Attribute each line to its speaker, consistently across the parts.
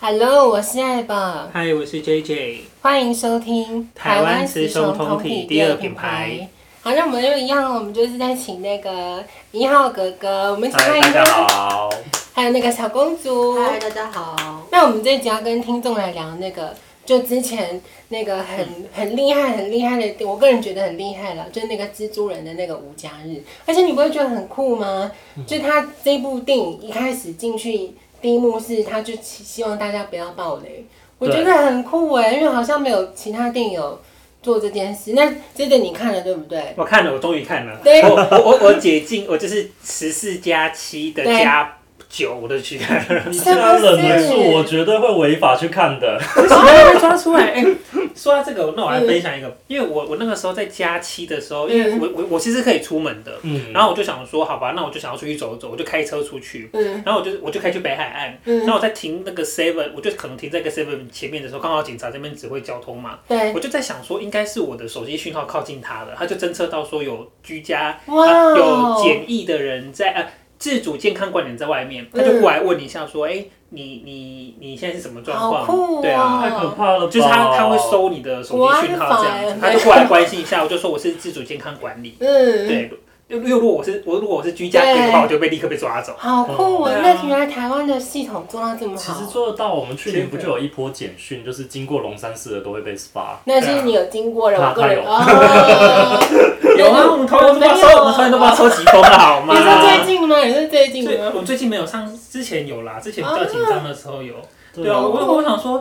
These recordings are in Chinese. Speaker 1: Hello，我是爱宝，
Speaker 2: 嗨，我是 JJ。
Speaker 1: 欢迎收听
Speaker 2: 台湾雌雄同体第二品牌。
Speaker 1: 好，那我们就一样，我们就是在请那个一号哥哥，我们请他
Speaker 2: 嗨，
Speaker 1: 一
Speaker 2: 大家
Speaker 1: 下，
Speaker 2: 好。
Speaker 1: 还有那个小公主。
Speaker 3: 嗨，大家好。
Speaker 1: 那我们这集要跟听众来聊那个，就之前那个很很厉害、很厉害的，我个人觉得很厉害了，就是那个蜘蛛人的那个无家日。而且你不会觉得很酷吗？就他这部电影一开始进去第一幕是，他就希希望大家不要爆雷，我觉得很酷哎、因为好像没有其他电影有做这件事。那这个你看了对不 对？
Speaker 2: 我看了，我终于看了。
Speaker 1: 对
Speaker 2: 我我我我解禁，我就是十四加七的加九，我都去看
Speaker 1: 是
Speaker 2: 了。
Speaker 4: 你
Speaker 1: 不
Speaker 4: 这样啊忍得
Speaker 1: 是
Speaker 4: 住，我绝对会违法去看的。
Speaker 2: 为什么会被抓出来？哎、 嗯说到这个，那我来分享一个，因为我我那个时候在加七的时候，因为
Speaker 1: 嗯
Speaker 2: 我我我其实可以出门的，
Speaker 4: 嗯，
Speaker 2: 然后我就想说，好吧，那我就想要出去走走，我就开车出去。
Speaker 1: 嗯
Speaker 2: 然后我就我就开去北海岸，然
Speaker 1: 嗯，
Speaker 2: 后我在停那个 seven，我就可能停在一个 seven 前面的时候，刚好警察这边指挥交通嘛，
Speaker 1: 对，
Speaker 2: 我就在想说，应该是我的手机讯号靠近他了，他就侦测到说有居家、
Speaker 1: 哇
Speaker 2: 啊
Speaker 1: 哦
Speaker 2: 有检疫的人在呃自主健康管理人在外
Speaker 1: 嗯
Speaker 2: 面，他就过来问一下说，哎、你你你现在是什么状
Speaker 1: 好酷
Speaker 2: 况？
Speaker 1: 哦
Speaker 2: 对啊。
Speaker 4: 太可怕了吧，
Speaker 2: 就是他，他会收你的手机讯号这
Speaker 1: 哇
Speaker 2: 样子，他就过来关心一下。我就说我是自主健康管理，
Speaker 1: 嗯，
Speaker 2: 对。又又如果我是我如果我是居家隔离的话，我就被立刻被抓走。
Speaker 1: 好酷哦！
Speaker 2: 对啊
Speaker 1: 那原来台湾的系统做到这么
Speaker 4: 其
Speaker 1: 好
Speaker 4: 实，做得到。我们去年不就有一波简讯，就是经过龙山寺的都会被 SPA。
Speaker 1: 那是你有经 过了，
Speaker 4: 对啊
Speaker 1: 我个人
Speaker 4: 他
Speaker 1: 哦。
Speaker 2: 有啊，我们同学
Speaker 1: 我
Speaker 2: 都帮
Speaker 1: 没有
Speaker 2: 收，
Speaker 1: 啊
Speaker 2: 我们同学都帮收集风了，啊好
Speaker 1: 你
Speaker 2: 吗？
Speaker 1: 是最近吗？你是最近啊
Speaker 2: 最
Speaker 1: 吗？
Speaker 2: 我最近没有上，之前有啦，之前比较紧张的时候有。对啊，
Speaker 4: 啊，
Speaker 2: 我我我想说，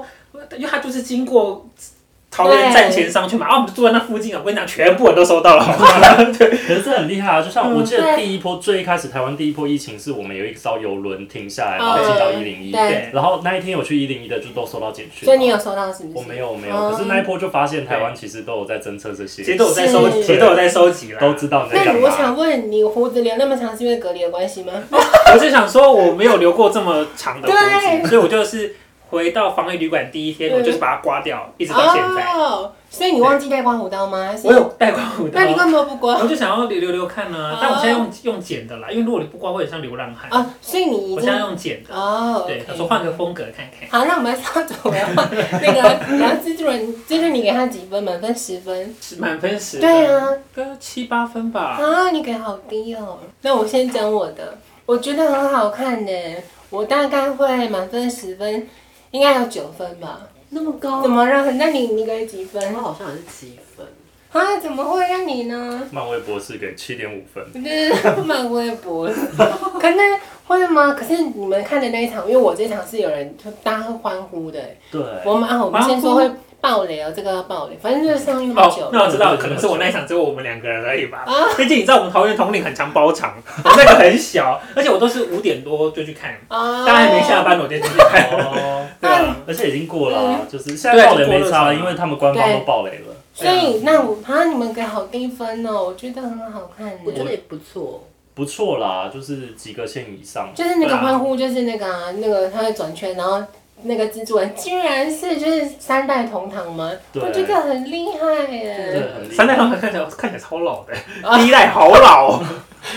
Speaker 2: 因为他就是经过桃园站前商圈嘛，啊，我们就住在那附近啊，我跟你讲，全部人都收到了，
Speaker 4: 可是这很厉害啊！就像我记
Speaker 1: 嗯
Speaker 4: 得
Speaker 1: 对
Speaker 4: 第一波最一开始台湾第一波疫情是我们有一艘游轮停下来，
Speaker 1: 嗯
Speaker 4: 然后进到一零一，
Speaker 1: 对，
Speaker 4: 然后那一天有去一零一的就都收到简讯。哦
Speaker 1: 所以你有？收到是不
Speaker 4: 我
Speaker 1: 是？
Speaker 4: 没有，我没有。
Speaker 1: 嗯
Speaker 4: 可是那一波就发现台湾其实都有在侦测这
Speaker 2: 其实
Speaker 4: 些，
Speaker 2: 都有在收，
Speaker 1: 是
Speaker 2: 其实都有在收集啦。
Speaker 4: 都知道你
Speaker 1: 那
Speaker 4: 在干
Speaker 1: 我
Speaker 4: 嘛。
Speaker 1: 想问你，胡子留那么长是因为隔离的关系吗？
Speaker 2: 我是想说，我没有留过这么长的胡
Speaker 1: 对
Speaker 2: 子，所以我就是回到防疫旅馆第一天，
Speaker 1: 嗯
Speaker 2: 我就是把它刮掉，一直到现在。
Speaker 1: 哦，所以你忘记带刮胡刀吗？还是
Speaker 2: 我有。戴刮胡刀
Speaker 1: 那，你干嘛不刮
Speaker 2: 我？就想要留留留看
Speaker 1: 哦
Speaker 2: 啊，但我现在用用剪的啦，因为如果你不刮，会很像流浪汉。
Speaker 1: 啊，所以你已
Speaker 2: 我现在
Speaker 1: 经
Speaker 2: 用剪的，
Speaker 1: 哦，
Speaker 2: 对，
Speaker 1: OK
Speaker 2: 想说换个风格看看。
Speaker 1: 好，那我们稍走回来换 那个聊蜘蛛人，就是你给他几分？满分十分？
Speaker 2: 是满分十，
Speaker 1: 对，啊，
Speaker 2: 个七八分吧。
Speaker 1: 啊，你给好低哦。那我先讲我的，我觉得很好看呢，我大概会满分十分，应该有九分吧。
Speaker 3: 那么高
Speaker 1: 怎么让？那你你给几分
Speaker 3: 我？好像也是七分。
Speaker 1: 啊，怎么会让你呢？
Speaker 4: 漫威博士给七点五分。
Speaker 1: 就是漫微博， 可是会吗？可是你们看的那一场，因为我这场是有人就大家会欢呼的，
Speaker 4: 对，
Speaker 1: 我们啊，我们先说会爆雷哦，这个要爆雷，反正就是上映好久了。
Speaker 2: 哦，那我知道，可能是我那一场只有我们两个人而已吧。
Speaker 3: 啊
Speaker 2: 毕竟你知道我们桃园统领很常包场，我那个很小，而且我都是五点多就去
Speaker 3: 哦
Speaker 2: 看，
Speaker 1: 啊
Speaker 2: 大家还没下。班，我就去看。
Speaker 4: 哦，
Speaker 2: 对啊，
Speaker 4: 而且已经过了啊、就是现在爆雷没差了，因为他们官方都爆雷了。
Speaker 1: 所以那我啊，你们给好低分哦，我觉得很好看
Speaker 3: 我觉得
Speaker 1: 呢。
Speaker 3: 也不错。
Speaker 4: 不错啦，就是及格线以上。
Speaker 1: 就是那
Speaker 2: 对
Speaker 1: 个
Speaker 2: 啊
Speaker 1: 欢呼，就是那个啊，那个他会转圈，然后那个蜘蛛人居然是就是三代同堂吗？
Speaker 4: 对
Speaker 1: 我觉得很厉害
Speaker 4: 真
Speaker 1: 耶。
Speaker 4: 的很厉害
Speaker 2: 三代同堂看起来看起来超老的
Speaker 3: 哦
Speaker 1: 啊，
Speaker 2: 第一代好 老哦。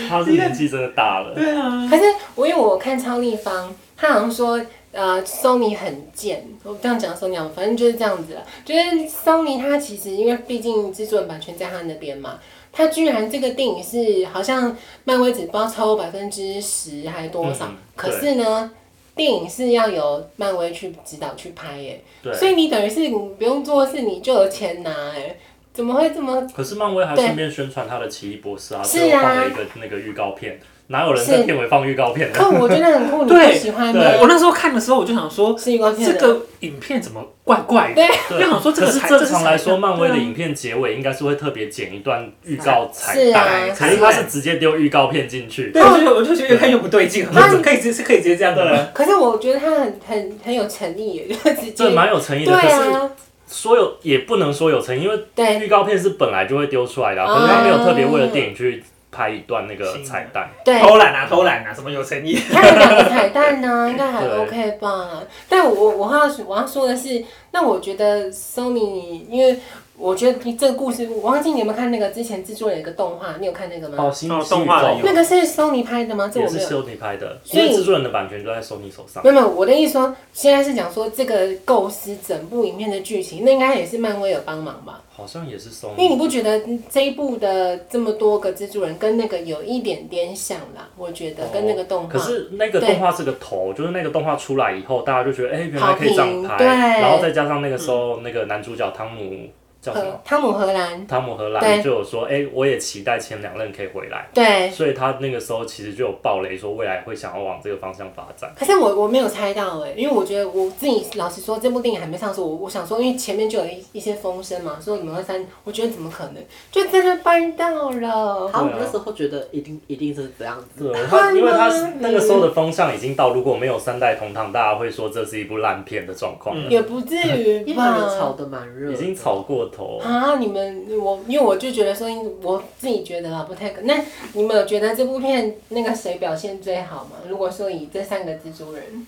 Speaker 4: 他是年纪真的大了，
Speaker 2: 对啊，
Speaker 1: 可是我因为我看超立方，他好像说呃，Sony 很贱，我这样讲 Sony 好，反正就是这样子了。啊就是 Sony 它其实因为毕竟制作人版权在他那边嘛，他居然这个电影是好像漫威只包超过百分之十还多少，
Speaker 4: 嗯
Speaker 1: 可是呢。电影是要由漫威去指导去拍耶，
Speaker 4: 对。
Speaker 1: 所以你等于是你不用做事，你就有钱拿哎，怎么会这 么
Speaker 4: 可是漫威还
Speaker 1: 对
Speaker 4: 顺便宣传他的奇异博士啊，
Speaker 1: 是
Speaker 4: 最后
Speaker 1: 啊
Speaker 4: 放了一个那个预告片，哪有人在
Speaker 1: 是
Speaker 4: 片尾放预告片的？
Speaker 1: 可我觉得很酷，你不
Speaker 2: 对
Speaker 1: 喜欢吗？
Speaker 2: 我我那时候看的时候，我就想说，
Speaker 1: 是预告片的
Speaker 2: 这个影片怎么怪怪的？
Speaker 4: 对
Speaker 2: 我想说这个
Speaker 4: 可是
Speaker 2: 才
Speaker 4: 正常来
Speaker 2: 这是
Speaker 4: 说，
Speaker 2: 才
Speaker 4: 漫威的
Speaker 2: 对啊
Speaker 4: 影片结尾应该是会特别剪一段预告彩
Speaker 1: 是啊
Speaker 4: 蛋，
Speaker 2: 哎
Speaker 4: 可是他是直接丢预告片进去。
Speaker 2: 对，
Speaker 3: 哦
Speaker 2: 我就觉得我就觉得越看越不对劲，我说可以直接可以直接这样的了。
Speaker 1: 可是我觉得他很很很有诚意耶， 就是直
Speaker 4: 这
Speaker 1: 接
Speaker 4: 蛮有诚意的，可
Speaker 1: 对
Speaker 4: 是
Speaker 1: 啊，
Speaker 4: 所有也不能说有诚意，因为
Speaker 1: 对
Speaker 4: 预告片是本来就会丢出来的啊、
Speaker 1: 哦
Speaker 4: 可是他没有特别为了电影去拍一段那个彩蛋。
Speaker 1: 对，
Speaker 2: 偷懒啊，偷懒啊，什么有诚
Speaker 3: 哦
Speaker 2: 意？
Speaker 1: 它有两个彩蛋呢、 应该还
Speaker 4: 对
Speaker 1: OK 吧？但我我要我要说的是，那我觉得 Sony 因为我觉得这个故事，我忘记你有没有看那个之前制作了一个动画，你有看那个吗？
Speaker 4: 哦，新
Speaker 2: 哦
Speaker 4: 新
Speaker 2: 动
Speaker 4: 宇
Speaker 2: 画的
Speaker 4: 宙
Speaker 1: 那个是 Sony 拍的吗？这
Speaker 4: 也
Speaker 1: 我没
Speaker 4: 是
Speaker 1: 有。
Speaker 4: 索尼拍的，
Speaker 1: 所
Speaker 4: 因
Speaker 1: 以
Speaker 4: 为制作人的版权都在索尼手上。
Speaker 1: 没有没有，我的意思说，现在是讲说这个构思整部影片的剧情，那应该也是漫威有帮忙吧？
Speaker 4: 好像也是
Speaker 1: 因为你
Speaker 4: Sony，
Speaker 1: 不觉得这一部的这么多个蜘蛛人跟那个有一点点像啦？我觉得
Speaker 4: 哦
Speaker 1: 跟那个动画
Speaker 4: 可，是那个
Speaker 1: 对
Speaker 4: 动画是个头，就是那个动画出来以后，大家就觉得，哎、原
Speaker 1: 好
Speaker 4: 来可以这样
Speaker 1: 评
Speaker 4: 拍，
Speaker 1: 对
Speaker 4: 然后再加上那个时候、那个男主角汤姆叫什么？
Speaker 1: 和呃汤姆荷兰，
Speaker 4: 汤姆荷
Speaker 1: 对
Speaker 4: 兰就有说，哎、我也期待前两任可以回来，
Speaker 1: 对。
Speaker 4: 所以他那个时候其实就有爆雷，说未来会想要往这个方向发展。
Speaker 1: 可是我我没有猜到哎、因为我觉得我自己老实说，这部电影还没上市，我我想说，因为前面就有一一些风声嘛，说你们会三，我觉得怎么可能，就真的办到了。
Speaker 3: 好，我
Speaker 4: 对啊
Speaker 3: 那时候觉得一定一定是这样子，
Speaker 4: 对，啊他因为
Speaker 1: 太
Speaker 4: 他
Speaker 1: 慢了
Speaker 4: 那个时候的风向已经到，如果没有三代同堂，大家会说这是一部烂片的状况，
Speaker 2: 嗯
Speaker 1: 也不至于
Speaker 3: 因为
Speaker 1: 吧？
Speaker 3: 有炒得蛮热，
Speaker 4: 已经炒。过头。
Speaker 1: 啊，你们我因为我就觉得说，我自己觉得啦，不太可。那你们有觉得这部片那个谁表现最好吗？如果说以这三个蜘蛛人，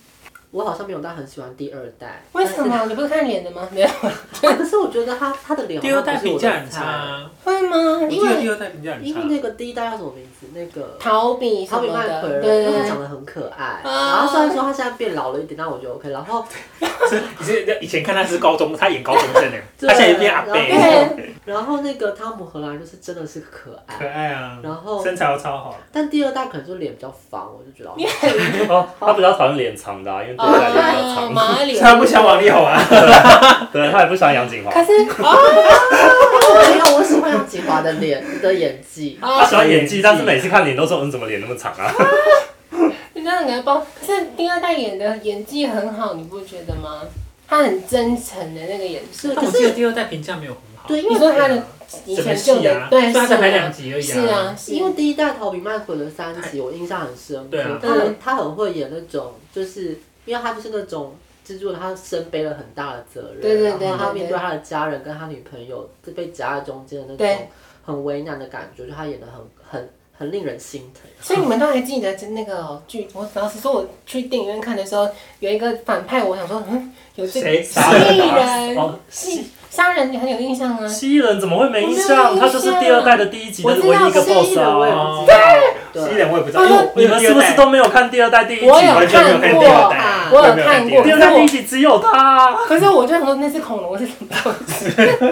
Speaker 3: 我好像没有到很喜欢第二代，
Speaker 1: 为什么你不是看脸的吗？没有，
Speaker 3: 但是？可 是我觉得他他的脸
Speaker 2: 第二代
Speaker 3: 好像
Speaker 2: 评
Speaker 3: 不是我
Speaker 2: 价
Speaker 3: 的
Speaker 2: 很差
Speaker 3: 菜，
Speaker 2: 啊，
Speaker 1: 会吗？因
Speaker 2: 我记得
Speaker 1: 为
Speaker 2: 第二代评价很
Speaker 3: 因
Speaker 2: 差
Speaker 3: 为。那个第一代叫什么名字？那个
Speaker 1: 陶比什
Speaker 3: 陶比
Speaker 1: 么
Speaker 3: 麦奎
Speaker 1: 的，
Speaker 3: 尔，
Speaker 1: 对
Speaker 3: 因为
Speaker 1: 对
Speaker 3: 他
Speaker 1: 对
Speaker 3: 长。得很可爱。
Speaker 1: 啊
Speaker 3: 然后虽然说他现在变老了一点，但我觉得 OK。然后
Speaker 2: 是以前以前看他是高中，他演高中生呢，
Speaker 3: 对
Speaker 2: 他现在也变阿
Speaker 3: 然后
Speaker 2: 贝，
Speaker 1: 对，
Speaker 3: 然后那个汤姆荷兰就是真的是可
Speaker 2: 可
Speaker 3: 爱，
Speaker 2: 爱啊，
Speaker 3: 然后
Speaker 2: 身材又超好。
Speaker 3: 但第二代可能就脸比较方，我就觉得
Speaker 1: 你
Speaker 3: 哦
Speaker 1: 很
Speaker 4: 哦，他比较讨厌脸长的、啊，因为对他脸比较
Speaker 1: 啊，
Speaker 4: 长，
Speaker 1: 马里
Speaker 2: 是。 他不想往里吼啊，
Speaker 4: 对他也不喜欢杨景华，
Speaker 1: 可是啊
Speaker 3: 没有，我喜欢杨锦华的脸的演技。
Speaker 4: 他
Speaker 1: 啊，
Speaker 4: 喜欢演技，但是每次看脸都说，嗯，怎么脸那么长啊？
Speaker 1: 你真的很爱包。可是第二代演的演技很好，你不觉得吗？他很真诚的那个眼神
Speaker 3: 是，
Speaker 2: 但
Speaker 3: 可
Speaker 2: 我记得
Speaker 3: 是
Speaker 2: 第二代评价没有很好。
Speaker 3: 对，因
Speaker 1: 你
Speaker 3: 为
Speaker 1: 说他的以
Speaker 2: 什么
Speaker 1: 前旧
Speaker 2: 戏
Speaker 1: 的、
Speaker 2: 啊？
Speaker 1: 对，
Speaker 2: 虽然才
Speaker 1: 是
Speaker 2: 拍
Speaker 1: 啊
Speaker 2: 两集而已
Speaker 1: 是啊，是
Speaker 3: 因为第一代《逃避麦奎》的三集，我印象很深刻
Speaker 2: 对啊。
Speaker 3: 他很他很会演那种，就是因为他就是那种蜘蛛人，他身背了很大的责任，
Speaker 1: 对对对
Speaker 3: 然后他
Speaker 1: 对对
Speaker 3: 面对他的家人跟他女朋友是被夹在中间的那
Speaker 1: 对
Speaker 3: 种很为难的感觉，就他演的很很很令人心疼。
Speaker 1: 所以你们都还记得那个剧？我老实说，我去电影院看的时候，有一个反派，我想说，嗯，有这
Speaker 2: 谁
Speaker 1: 蜥
Speaker 2: 杀人
Speaker 1: 蜴
Speaker 2: 啊
Speaker 1: 人，
Speaker 4: 哦，蜥
Speaker 1: 杀人你很有印象啊。
Speaker 4: 蜥蜴人怎么会没印
Speaker 1: 我没有
Speaker 4: 象？
Speaker 1: 印象
Speaker 4: 他就是第二代的第一集的唯一一个
Speaker 1: 我知道蜥蜴
Speaker 4: BOSS
Speaker 1: 人
Speaker 3: 我也
Speaker 4: 啊！
Speaker 3: 不知道，
Speaker 2: 蜥
Speaker 3: 对
Speaker 2: 蜴。人我也不知道，
Speaker 1: 哦
Speaker 2: 因为我
Speaker 4: 你们是不是都没有看第二代第一集？
Speaker 1: 我有
Speaker 2: 完全没有看第二代
Speaker 3: 看，
Speaker 1: 过
Speaker 2: 也没有看第二
Speaker 1: 我有看过
Speaker 2: 代
Speaker 4: 第二代第一集只有他。啊
Speaker 1: 可是我就想说，那是恐龙是什么东西？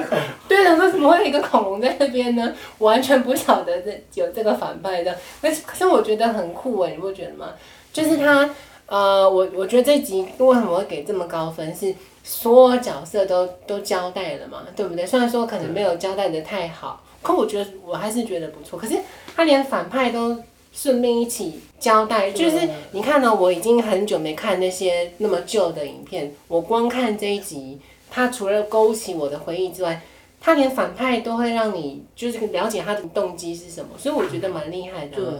Speaker 1: 对，想说怎么会有一个恐龙在那边呢？我完全不晓得这有这个反派的。但是可是我觉得很酷哎，你不觉得吗？就是他，呃，我我觉得这集为什么会给这么高分是。所有角色都都交代了嘛，对不对？虽然说可能没有交代的太好，可我觉得我还是觉得不错。可是他连反派都顺便一起交代，就是
Speaker 3: 对
Speaker 1: 你看呢，我已经很久没看那些那么旧的影片，我光看这一集，它除了勾起我的回忆之外，它连反派都会让你就是了解他的动机是什么，所以我觉得蛮厉害的
Speaker 3: 对
Speaker 1: 啊。，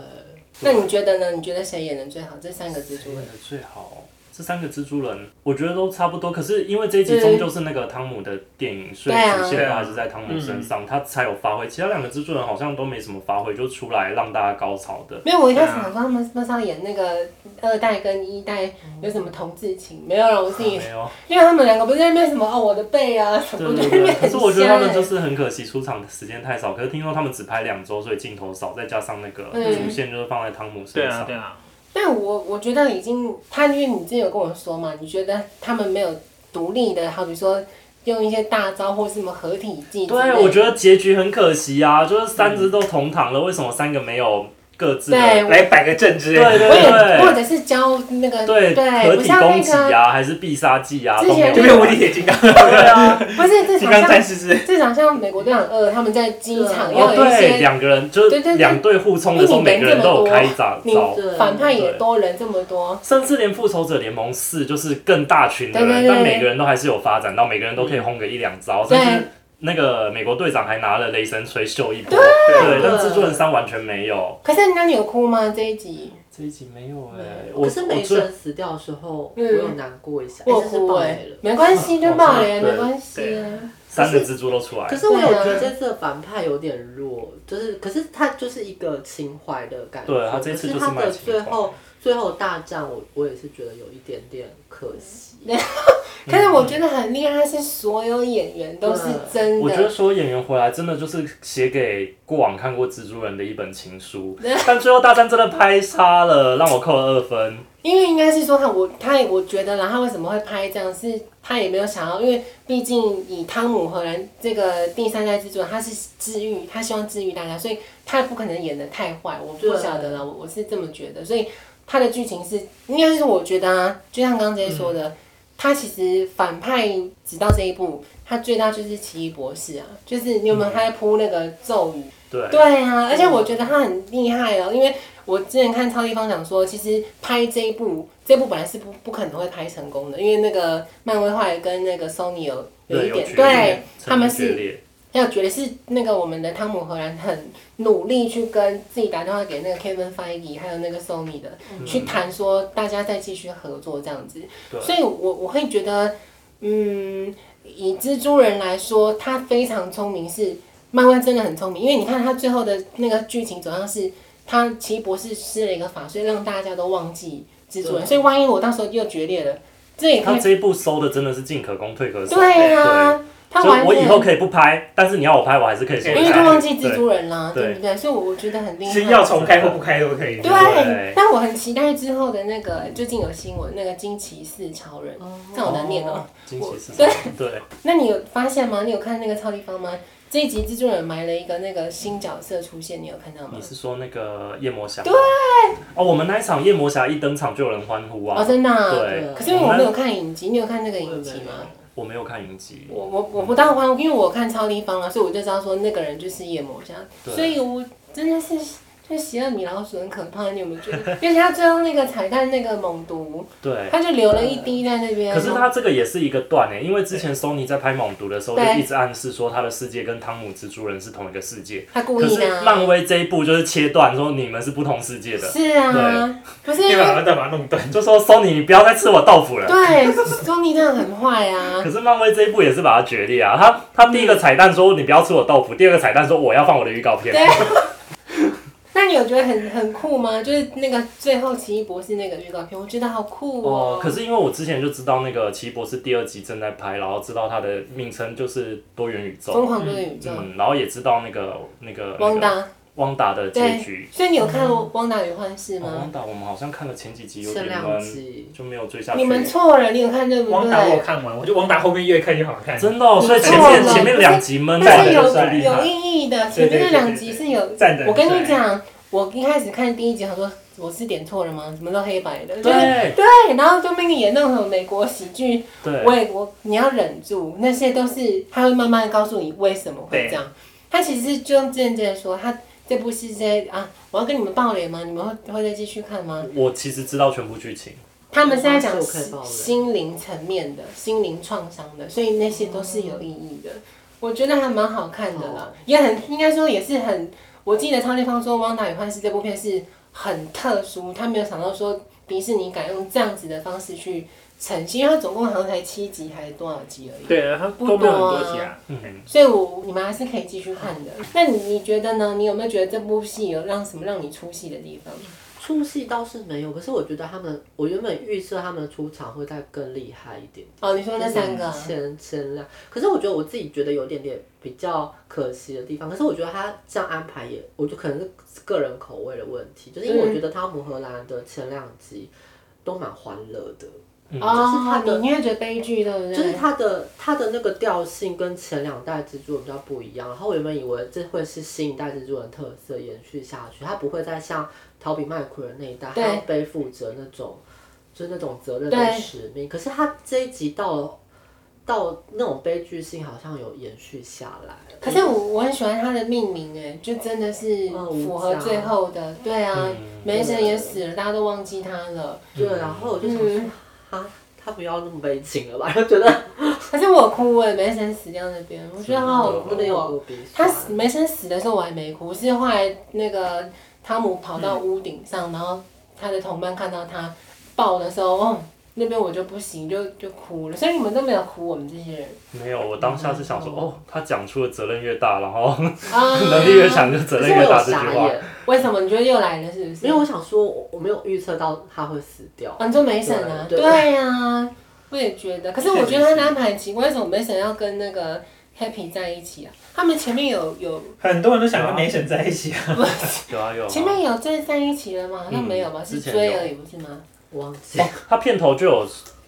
Speaker 1: 那你觉得呢？你觉得谁演的最好？这三个蜘蛛人？
Speaker 4: 最好。这三个蜘蛛人，我觉得都差不多。可是因为这一集终究是那个汤姆的电影，所以
Speaker 1: 对啊嗯
Speaker 4: 主线都还是在汤姆身上，他才有发挥。其他两个蜘蛛人好像都没什么发挥，就出来让大家高潮的。
Speaker 1: 没有，我一开始想说啊他们是要演那个二代跟一代有什么同志情，没有了，我自己，
Speaker 4: 啊 没有，
Speaker 1: 因为他们两个不是在那边什么哦我的背啊什么，
Speaker 4: 对
Speaker 1: 我
Speaker 4: 对
Speaker 1: 觉得那
Speaker 4: 对。
Speaker 1: 边
Speaker 4: 可
Speaker 1: 很
Speaker 4: 是我觉得他们
Speaker 1: 瞎
Speaker 4: 就
Speaker 1: 欸。
Speaker 4: 是很可惜，出场的时间太少。可是听说他们只拍两周，所以镜头少，再加上那个
Speaker 1: 嗯
Speaker 4: 主线就是放在汤姆
Speaker 2: 对
Speaker 4: 身
Speaker 2: 啊
Speaker 4: 上。
Speaker 2: 对啊，
Speaker 1: 但我我觉得已经，他因为你之前有跟我说嘛，你觉得他们没有独立的，好比说用一些大招或什么合体技之类的，
Speaker 4: 对，我觉得结局很可惜啊，就是三只都同堂了，为什么三个没有各自的？
Speaker 1: 对
Speaker 2: 来摆个阵之类的，
Speaker 4: 对对
Speaker 1: 我也或
Speaker 4: 对
Speaker 1: 者是教那个
Speaker 4: 对，
Speaker 1: 对，
Speaker 4: 合
Speaker 1: 不
Speaker 4: 体
Speaker 1: 像
Speaker 4: 攻
Speaker 1: 那
Speaker 4: 击
Speaker 1: 个
Speaker 4: 啊，还是必杀技啊，
Speaker 1: 之前
Speaker 2: 就
Speaker 4: 都没
Speaker 2: 变
Speaker 4: 有
Speaker 2: 无敌铁金刚、
Speaker 4: 对啊，
Speaker 1: 不是至
Speaker 2: 金
Speaker 1: 少
Speaker 2: 刚战
Speaker 1: 像
Speaker 2: 士之类的。
Speaker 1: 至少像美国队长二，他们在机场
Speaker 3: 对
Speaker 1: 要
Speaker 4: 哦
Speaker 1: 有一
Speaker 4: 对，
Speaker 1: 些。
Speaker 4: 两个
Speaker 1: 对
Speaker 4: 人就
Speaker 1: 对对
Speaker 4: 是两队互冲的时候，
Speaker 1: 因为
Speaker 4: 每
Speaker 1: 你人
Speaker 4: 个人都有开一 招
Speaker 1: 这么
Speaker 4: 招
Speaker 1: 多。
Speaker 3: 对
Speaker 1: 反派也多人这么多，
Speaker 4: 甚至连复仇者联盟四就是更大群的人，
Speaker 1: 对对对
Speaker 4: 但每个人都还是有发展到，每个人都可以轰个一两招，
Speaker 1: 对
Speaker 4: 甚至那个美国队长还拿了雷神锤秀一波，
Speaker 2: 对
Speaker 4: 对，但蜘蛛人三完全没有。
Speaker 1: 可是那你有哭吗？这一集
Speaker 4: 这一集没有欸
Speaker 3: 对
Speaker 4: 我
Speaker 3: 可是
Speaker 4: 我
Speaker 3: 梅
Speaker 4: 最
Speaker 3: 神死掉的时候，
Speaker 1: 嗯
Speaker 3: 我有难过一下，
Speaker 1: 我
Speaker 3: 哎这是
Speaker 1: 哭
Speaker 3: 爆
Speaker 1: 哎、
Speaker 3: 雷了。
Speaker 1: 没关系，就爆雷
Speaker 4: 对
Speaker 1: 没关系啊。
Speaker 4: 三个蜘蛛都出来
Speaker 3: 可。是我有觉得这次的反派有点弱，就是可是他就是一个情怀的感觉。
Speaker 4: 对他这次就是
Speaker 3: 可
Speaker 4: 是
Speaker 3: 他
Speaker 4: 卖
Speaker 3: 的
Speaker 4: 情怀
Speaker 3: 最后最后大战我，我也是觉得有一点点可惜。
Speaker 1: 可是
Speaker 4: 嗯
Speaker 1: 我觉得很厉害，是所有演员都是真
Speaker 4: 我觉得
Speaker 1: 的，
Speaker 4: 所有演员回来真的就是写给过往看过蜘蛛人的一本情 书，但最后大战真的拍差了，让我扣了二分。
Speaker 1: 因为应该是说他我他也我觉得啦，他为什么会拍这样，是他也没有想要，因为毕竟以汤姆·荷兰这个第三代制作人，他是治愈，他希望治愈大家，所以他不可能演的太坏，我不
Speaker 3: 对
Speaker 1: 晓得啦，我我是这么觉得，所以他的剧情是应该是我觉得啊，就像刚刚姐说的。他其实反派直到这一步，他最大就是奇异博士啊，就是你有没有他在铺那个咒语，
Speaker 4: 对，
Speaker 1: 对啊，而且我觉得他很厉害哦，因为我之前看超立方讲说，其实拍这一部，这部本来是不不可能会拍成功的，因为那个漫威后来跟那个 Sony 有有一
Speaker 4: 对，有
Speaker 1: 点，
Speaker 4: 决
Speaker 1: 对
Speaker 4: 裂，
Speaker 1: 他们
Speaker 4: 曾经决
Speaker 1: 是
Speaker 4: 裂。
Speaker 1: 要觉得是那个我们的汤姆荷兰很努力去跟自己打电话给那个 Kevin Feige 还有那个 Sony 的、去谈说大家再继续合作这样子，
Speaker 4: 嗯对
Speaker 1: 所以我我会觉得，嗯，以蜘蛛人来说，他非常聪明是，漫威真的很聪明，因为你看他最后的那个剧情走向是，他奇异博士施了一个法，所以让大家都忘记蜘蛛人，
Speaker 3: 对
Speaker 1: 所以万一我到时候又决裂了，这也可
Speaker 4: 他
Speaker 1: 以
Speaker 4: 这一部收的真的是进可攻退可守。
Speaker 1: 对啊，他
Speaker 4: 所以
Speaker 1: 完
Speaker 4: 我以后
Speaker 1: 全。
Speaker 4: 可以不拍，但是你要我拍，我还是可以说
Speaker 1: 因为
Speaker 4: 拍
Speaker 1: 他忘记蜘蛛人啦，
Speaker 4: 对
Speaker 1: 对不对？所以，我我觉得很厉害。
Speaker 2: 是要重开或不开都可以。
Speaker 1: 对啊
Speaker 4: 对，
Speaker 1: 但我很期待之后的那个最近有新闻那个惊奇四超人，这样我难念哦。
Speaker 4: 惊奇四
Speaker 1: 对
Speaker 4: 对，
Speaker 1: 那你有发现吗？你有看那个超立方吗？这一集蜘蛛人埋了一个那个新角色出现，你有看到吗
Speaker 4: 你？是说那个夜魔侠？对。哦，我们那一场夜魔侠一登场就有人欢呼
Speaker 1: 哦，
Speaker 4: 啊！
Speaker 1: 真的啊。
Speaker 4: 对，
Speaker 1: 可是因为我没有看影集，你有看那个影集
Speaker 3: 我也没
Speaker 1: 吗
Speaker 3: 有？
Speaker 4: 我没有看影集。
Speaker 1: 我我我不大欢呼，因为我看超立方啊，所以我就知道说那个人就是夜魔侠，
Speaker 4: 对
Speaker 1: 所以我真的是就邪恶米老鼠很可怕，你有没有觉得？ 因为他最后那个彩蛋那个猛毒，
Speaker 4: 对。
Speaker 1: 他就流了一滴在那边。
Speaker 4: 可是他这个也是一个段欸诶，因为之前 Sony 在拍《猛毒》的时候就
Speaker 1: 对
Speaker 4: 一直暗示说他的世界跟汤姆蜘蛛人是同一个世界，
Speaker 1: 他故
Speaker 4: 可
Speaker 1: 意
Speaker 4: 是
Speaker 1: 的、啊。
Speaker 4: 漫威这一部就是切断说你们是不同世界的，
Speaker 1: 是啊，不是
Speaker 2: 你
Speaker 1: 因
Speaker 2: 把
Speaker 1: 为
Speaker 2: 它再把它弄断。
Speaker 4: 就说 Sony 你不要再吃我豆腐了。
Speaker 1: 对 中尼真的很坏啊。
Speaker 4: 可是漫威这一部也是把它决裂啊，他他第一个彩蛋说你不要吃我豆腐，第二个彩蛋说我要放我的预告片
Speaker 1: 对。 那你有觉得很很酷吗？就是那个最后奇异博士那个预告片，我觉得好酷
Speaker 4: 哦
Speaker 1: 哦，。
Speaker 4: 可是因为我之前就知道那个奇异博士第二集正在拍，然后知道它的名称就是多元宇
Speaker 1: 疯
Speaker 4: 宙，
Speaker 1: 狂多元宇宙，
Speaker 4: 嗯，然后也知道那个那个
Speaker 1: 汪
Speaker 4: 那个
Speaker 1: 达
Speaker 4: 汪达的结局嗯
Speaker 1: 对。，所以你有看《汪达与幻视》
Speaker 4: 哦
Speaker 1: 吗
Speaker 4: 汪？达我们好像看了前几集有
Speaker 3: 前
Speaker 4: 点
Speaker 3: 两
Speaker 4: 闷，
Speaker 3: 集
Speaker 4: 就没有追下去
Speaker 1: 你。们错了，你有看对不
Speaker 2: 王达我有
Speaker 1: 对？
Speaker 2: 看完，我觉得王达后面越看越好看。
Speaker 4: 真的哦，所以前
Speaker 1: 你
Speaker 4: 面
Speaker 1: 错了
Speaker 4: 前面两集闷
Speaker 1: 但
Speaker 4: 在啊
Speaker 1: 是
Speaker 4: 的
Speaker 1: 有
Speaker 4: 就是厉
Speaker 1: 有
Speaker 4: 害，
Speaker 1: 意义的，前
Speaker 2: 对对
Speaker 1: 面那
Speaker 2: 对
Speaker 1: 两
Speaker 2: 对
Speaker 1: 集
Speaker 2: 对
Speaker 1: 是有
Speaker 2: 站着
Speaker 1: 我跟你
Speaker 2: 很帅
Speaker 1: 讲，我一开始看第一集，想说我是点错了吗？怎么都黑白的？就是
Speaker 4: 对
Speaker 1: 对，然后就命令演那种美国喜剧，我
Speaker 4: 对，
Speaker 1: 也我你要忍住，那些都是他会慢慢告诉你为什么会
Speaker 2: 对
Speaker 1: 这样。他其实就像之前之前说，他这部是在啊，我要跟你们爆雷吗？你们会会再继续看吗？
Speaker 4: 我其实知道全部剧情，
Speaker 1: 他们是在讲
Speaker 3: 我可以爆雷
Speaker 1: 心灵层面的、心灵创伤的，所以那些都是有意义的。我觉得还蛮好看的啦，也很应该说也是很，我记得超立方说《汪达与幻视》这部片是很特殊，他没有想到说迪士尼敢用这样子的方式去呈现，因为它总共好像才七集还是多少集而已。
Speaker 2: 对啊，它都没有很多集啊。嗯，
Speaker 1: 所以我你们还是可以继续看的。那你你觉得呢？你有没有觉得这部戏有让什么让你出戏的地方？
Speaker 3: 出戏倒是没有，可是我觉得他们，我原本预设他们的出场会再更厉害一点。
Speaker 1: 哦，你说那三个啊，
Speaker 3: 前前两，可是我觉得我自己觉得有点点比较可惜的地方。可是我觉得他这样安排也，我就可能是个人口味的问题，就是因为我觉得汤姆荷兰的前两集都蛮欢乐的，就是
Speaker 1: 哦
Speaker 3: 他，
Speaker 1: 你
Speaker 3: 的
Speaker 1: 你会觉得悲剧对不对？
Speaker 3: 嗯就是他的他的那个调性跟前两代蜘蛛人比较不一样。然后我原本以为这会是新一代蜘蛛人特色延续下去，他不会再像陶比麦奎尔那一代，他
Speaker 1: 对
Speaker 3: 要背负着那种就是那种责任
Speaker 1: 对
Speaker 3: 跟使命。可是他这一集到了到那种悲剧性，好像有延续下来。
Speaker 1: 可是我我很喜欢它的命名，哎，就真的是
Speaker 3: 哦
Speaker 1: 符合最后的。对啊，梅神也死了，大家都忘记他了。
Speaker 3: 对，然后我就想说
Speaker 1: 嗯，
Speaker 3: 啊，他不要那么悲情了吧？就觉得
Speaker 1: 可是我哭哎，梅神死掉那边，我觉得好好
Speaker 4: 哦
Speaker 1: 哭
Speaker 3: 那边有
Speaker 1: 哦。
Speaker 3: 个鼻
Speaker 1: 他
Speaker 3: 酸。
Speaker 1: 死梅森死的时候我还没哭，是后来那个汤姆跑到屋顶上，然后他的同伴看到他抱的时候，哦，那边我就不行，就就哭了。所以你们都没有哭，我们这 些人
Speaker 4: 没有，我当下是想说，
Speaker 1: 嗯
Speaker 4: 哦，他讲出的责任越大，然后
Speaker 1: 啊，
Speaker 4: 能力越强就责
Speaker 3: 可是
Speaker 4: 任
Speaker 3: 我
Speaker 4: 越
Speaker 3: 有
Speaker 4: 大这
Speaker 3: 傻
Speaker 4: 句话。
Speaker 3: 眼，
Speaker 1: 为什么你觉得又来了？是不是？
Speaker 3: 因为我想说，我我没有预测到他会死掉。
Speaker 1: 啊，你说梅婶啊？
Speaker 3: 对
Speaker 1: 对呀、我也觉得。可是我觉得他的安排很奇怪，为什么梅婶要跟那个 Happy 在一起啊？他们前面有有
Speaker 2: 很多人都想跟梅婶在一起啊，
Speaker 4: 有啊有啊。
Speaker 1: 前面有在在一起了吗？好像没有吧，
Speaker 4: 嗯
Speaker 1: 是
Speaker 4: 之前
Speaker 1: 追
Speaker 4: 有
Speaker 1: 而已，不是吗？
Speaker 3: 我忘记
Speaker 4: 哦，他片头就有，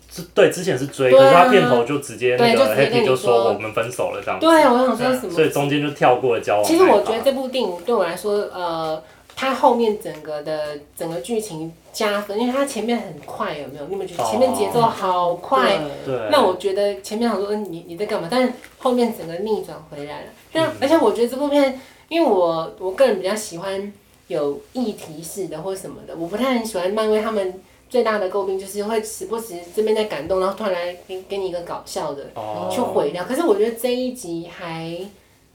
Speaker 4: 是对，之前是追，
Speaker 1: 对啊
Speaker 4: 可是他片头就直接那
Speaker 1: 对就直
Speaker 4: 个
Speaker 1: 接跟
Speaker 4: Happy
Speaker 1: 你
Speaker 4: 就
Speaker 1: 说
Speaker 4: 说我们分手了这样子，
Speaker 1: 对，啊我想说什
Speaker 4: 所以
Speaker 1: 么？
Speaker 4: 中间就跳哦过了交往那
Speaker 1: 其
Speaker 4: 一
Speaker 1: 实
Speaker 4: 趴。
Speaker 1: 我觉得这部电影对我来说，呃，它后面整个的整个剧情加分，因为它前面很快，有没有？你们觉得前面节奏好快？
Speaker 3: 对
Speaker 4: 对，
Speaker 1: 那我觉得前面想说嗯你你在干嘛，但是后面整个逆转回来了。但、而且我觉得这部片，因为我我个人比较喜欢有议题式的或什么的，我不太很喜欢漫威他们最大的诟病就是会时不时这边在感动，然后突然来给给你一个搞笑的
Speaker 4: 哦
Speaker 1: 去毁掉。可是我觉得这一集还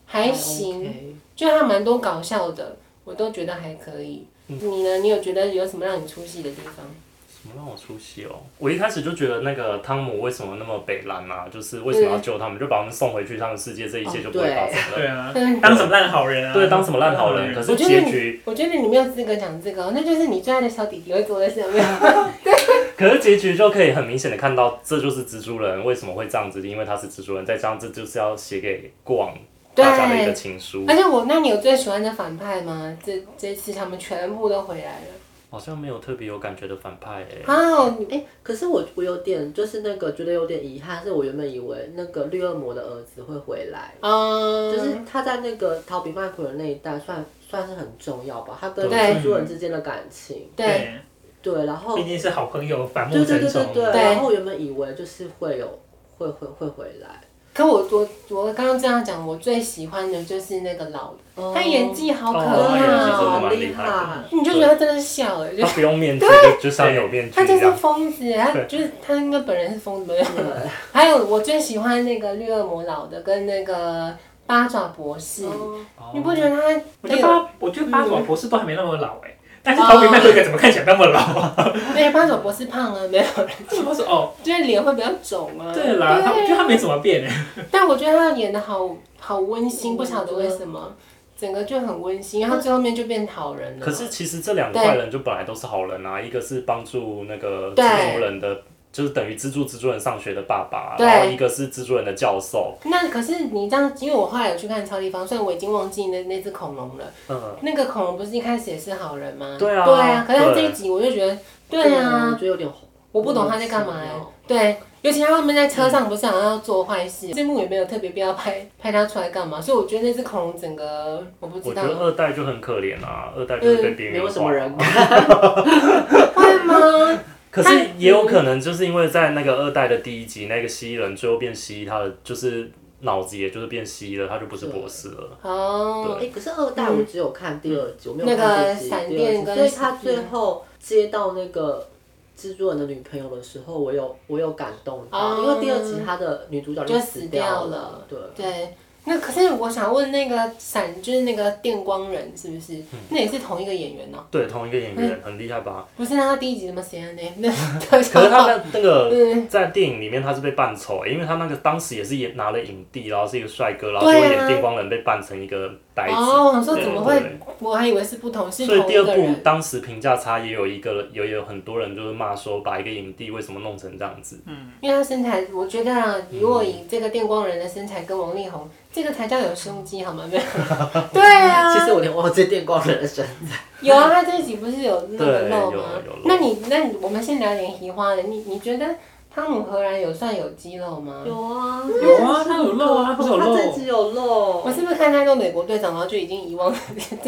Speaker 1: 还行，
Speaker 3: OK
Speaker 1: 就还蛮多搞笑的，我都觉得还可以。你呢？你有觉得有什么让你出戏的地方？
Speaker 4: 什么让我出戏哦？我一开始就觉得那个汤姆为什么那么北蓝啊？就是为什么要
Speaker 1: 嗯
Speaker 4: 救他们？就把他们送回去他们世界，这一切就不会发生了。
Speaker 2: 对啊，
Speaker 1: 嗯
Speaker 2: 当什么烂好人啊？
Speaker 4: 对，当什么烂好人？可
Speaker 1: 我
Speaker 4: 是
Speaker 1: 觉得
Speaker 4: 结
Speaker 1: 你
Speaker 4: 局，，
Speaker 1: 我觉得你没有资格讲这个哦，那就是你最爱的小弟弟会做的事，有没 有？
Speaker 4: 可是结局就可以很明显的看到，这就是蜘蛛人为什么会这样子，因为他是蜘蛛人，再加上这就是要写给过往大家的一个情书，
Speaker 1: 而且我，那你有最喜欢的反派吗？这这次他们全部都回来了
Speaker 4: 好像没有特别有感觉的反派欸诶、
Speaker 1: 啊！
Speaker 3: 哎、可是我我有点就是那个觉得有点遗憾，是我原本以为那个绿恶魔的儿子会回来，
Speaker 1: 嗯，
Speaker 3: 就是他在那个逃避曼谷的那一代算算是很重要吧，他跟
Speaker 1: 对
Speaker 3: 蜘蛛人之间的感情，
Speaker 1: 对，
Speaker 3: 对，然后
Speaker 2: 毕竟是好朋友，反目
Speaker 3: 对
Speaker 2: 成
Speaker 3: 对对对
Speaker 2: 仇。
Speaker 3: 对，
Speaker 1: 对
Speaker 3: 然后我原本以为就是会有会会会回来，
Speaker 1: 可我我我刚刚这样讲，我最喜欢的就是那个老的，
Speaker 3: 哦
Speaker 1: 他演技好可
Speaker 4: 哦他
Speaker 1: 怕
Speaker 4: 演技真的
Speaker 1: 哦，
Speaker 4: 蛮
Speaker 3: 厉
Speaker 4: 厉害
Speaker 3: 害
Speaker 4: 的，
Speaker 1: 你就觉得他真的笑哎，就
Speaker 4: 他
Speaker 1: 是
Speaker 4: 不用面具就就像有面具
Speaker 1: 他就
Speaker 4: 一
Speaker 1: 是
Speaker 4: 样。
Speaker 1: 疯子，啊他
Speaker 4: 对
Speaker 1: 就是他应该本人是疯子。没有还有我最喜欢那个绿恶魔老的跟那个八爪博士，
Speaker 3: 哦
Speaker 1: 你不觉得他
Speaker 2: 我觉得
Speaker 1: 有
Speaker 2: 八，我觉得八爪博士都还没那么老哎，但是逃避麦克怎么看起来那么老？啊
Speaker 1: 对，八爪博士胖啊，没有，
Speaker 2: 我说哦，
Speaker 1: 就是脸会比较肿啊。
Speaker 2: 对啦，他我觉得他没怎么变哎。
Speaker 1: 但我觉得他演的好好温馨，
Speaker 3: 嗯
Speaker 1: 不晓得为什么，整个就很温馨，然后最后面就变好人了。
Speaker 4: 可是其实这两个坏人就本来都是好人啊，一个是帮助那个
Speaker 1: 对
Speaker 4: 蜘蛛人的，就是等于资助蜘蛛人上学的爸爸，
Speaker 1: 对
Speaker 4: 然后一个是蜘蛛人的教授，
Speaker 1: 那可是你这样，因为我后来有去看超立方，虽然我已经忘记那那只恐龙了，
Speaker 4: 嗯，
Speaker 1: 那个恐龙不是一开始也是好人吗？
Speaker 4: 对啊
Speaker 1: 对啊。可是他这
Speaker 4: 对
Speaker 1: 一集我就觉得，对
Speaker 3: 我
Speaker 1: 啊，
Speaker 3: 觉得有点
Speaker 1: 我不懂他在干嘛、
Speaker 3: 嗯
Speaker 1: 欸。对，尤其他们在车上不是想要做坏事，字幕也没有特别必要拍拍他出来干嘛，所以我觉得那只恐龙整个我不
Speaker 4: 我
Speaker 1: 知
Speaker 4: 觉
Speaker 1: 道
Speaker 4: 得二代就很可怜啊，二代就是被边
Speaker 3: 没
Speaker 4: 缘
Speaker 3: 有什
Speaker 4: 化
Speaker 3: 么。人
Speaker 1: 会吗？
Speaker 4: 可是也有可能就是因为在那个二代的第一集，那个蜥蜴人最后变蜥蜴，他的就是脑子也就是变蜥蜴了，他就不是博士了。
Speaker 1: 哦
Speaker 3: 哎、，可是二代我只有看第二集，我没
Speaker 1: 嗯那
Speaker 3: 有
Speaker 1: 个
Speaker 3: 看第一集、
Speaker 1: 闪
Speaker 3: 第二
Speaker 1: 电
Speaker 3: 集，
Speaker 1: 跟
Speaker 3: 所以他最后接到那个蜘蛛人的女朋友的时候，我有我有感动到，
Speaker 1: 哦
Speaker 3: 因为第二集他的女主角
Speaker 1: 就死
Speaker 3: 死
Speaker 1: 掉了
Speaker 3: 了，对，
Speaker 1: 对，那可是我想问那个闪，就是那个电光人是不是？
Speaker 4: 嗯
Speaker 1: 那也是同一个演员哦、
Speaker 4: 对，同一个演员、很厉害吧？
Speaker 1: 不是？那他第一集怎么写的呢？那可
Speaker 4: 可是他的那个
Speaker 1: 嗯，
Speaker 4: 在电影里面他是被扮丑、因为他那个当时也是演拿了影帝，然后是一个帅哥，然后
Speaker 1: 对
Speaker 4: 结
Speaker 1: 啊
Speaker 4: 果演电光人被扮成一个呆子。
Speaker 1: 哦，我想说怎么
Speaker 4: 对对
Speaker 1: 会？我还以为是不同，是
Speaker 4: 所
Speaker 1: 同
Speaker 4: 以
Speaker 1: 一
Speaker 4: 第二
Speaker 1: 个
Speaker 4: 部
Speaker 1: 人。
Speaker 4: 当时评价差也有一个，有有很多人就是骂说把一个影帝为什么弄成这样子，
Speaker 1: 因为他身材，我觉得啊，如果以这个电光人的身材跟王力
Speaker 4: 嗯
Speaker 1: 宏，这个才叫有胸肌 好吗？没有，对啊，
Speaker 3: 其实我有点忘记电光人的身材，
Speaker 1: 有啊，他这一集不是有那个
Speaker 4: 对
Speaker 1: 漏
Speaker 4: 有
Speaker 1: 吗
Speaker 4: 有漏？
Speaker 1: 那你那你我们先聊点奇花的，你你觉得汤姆·荷兰有算有肌肉吗？
Speaker 3: 有啊，
Speaker 2: 有啊，他有漏啊，他不是有
Speaker 3: 他这
Speaker 2: 漏？
Speaker 3: 集有漏
Speaker 1: 我，是不是看他做美国队长，然后就已经遗忘了？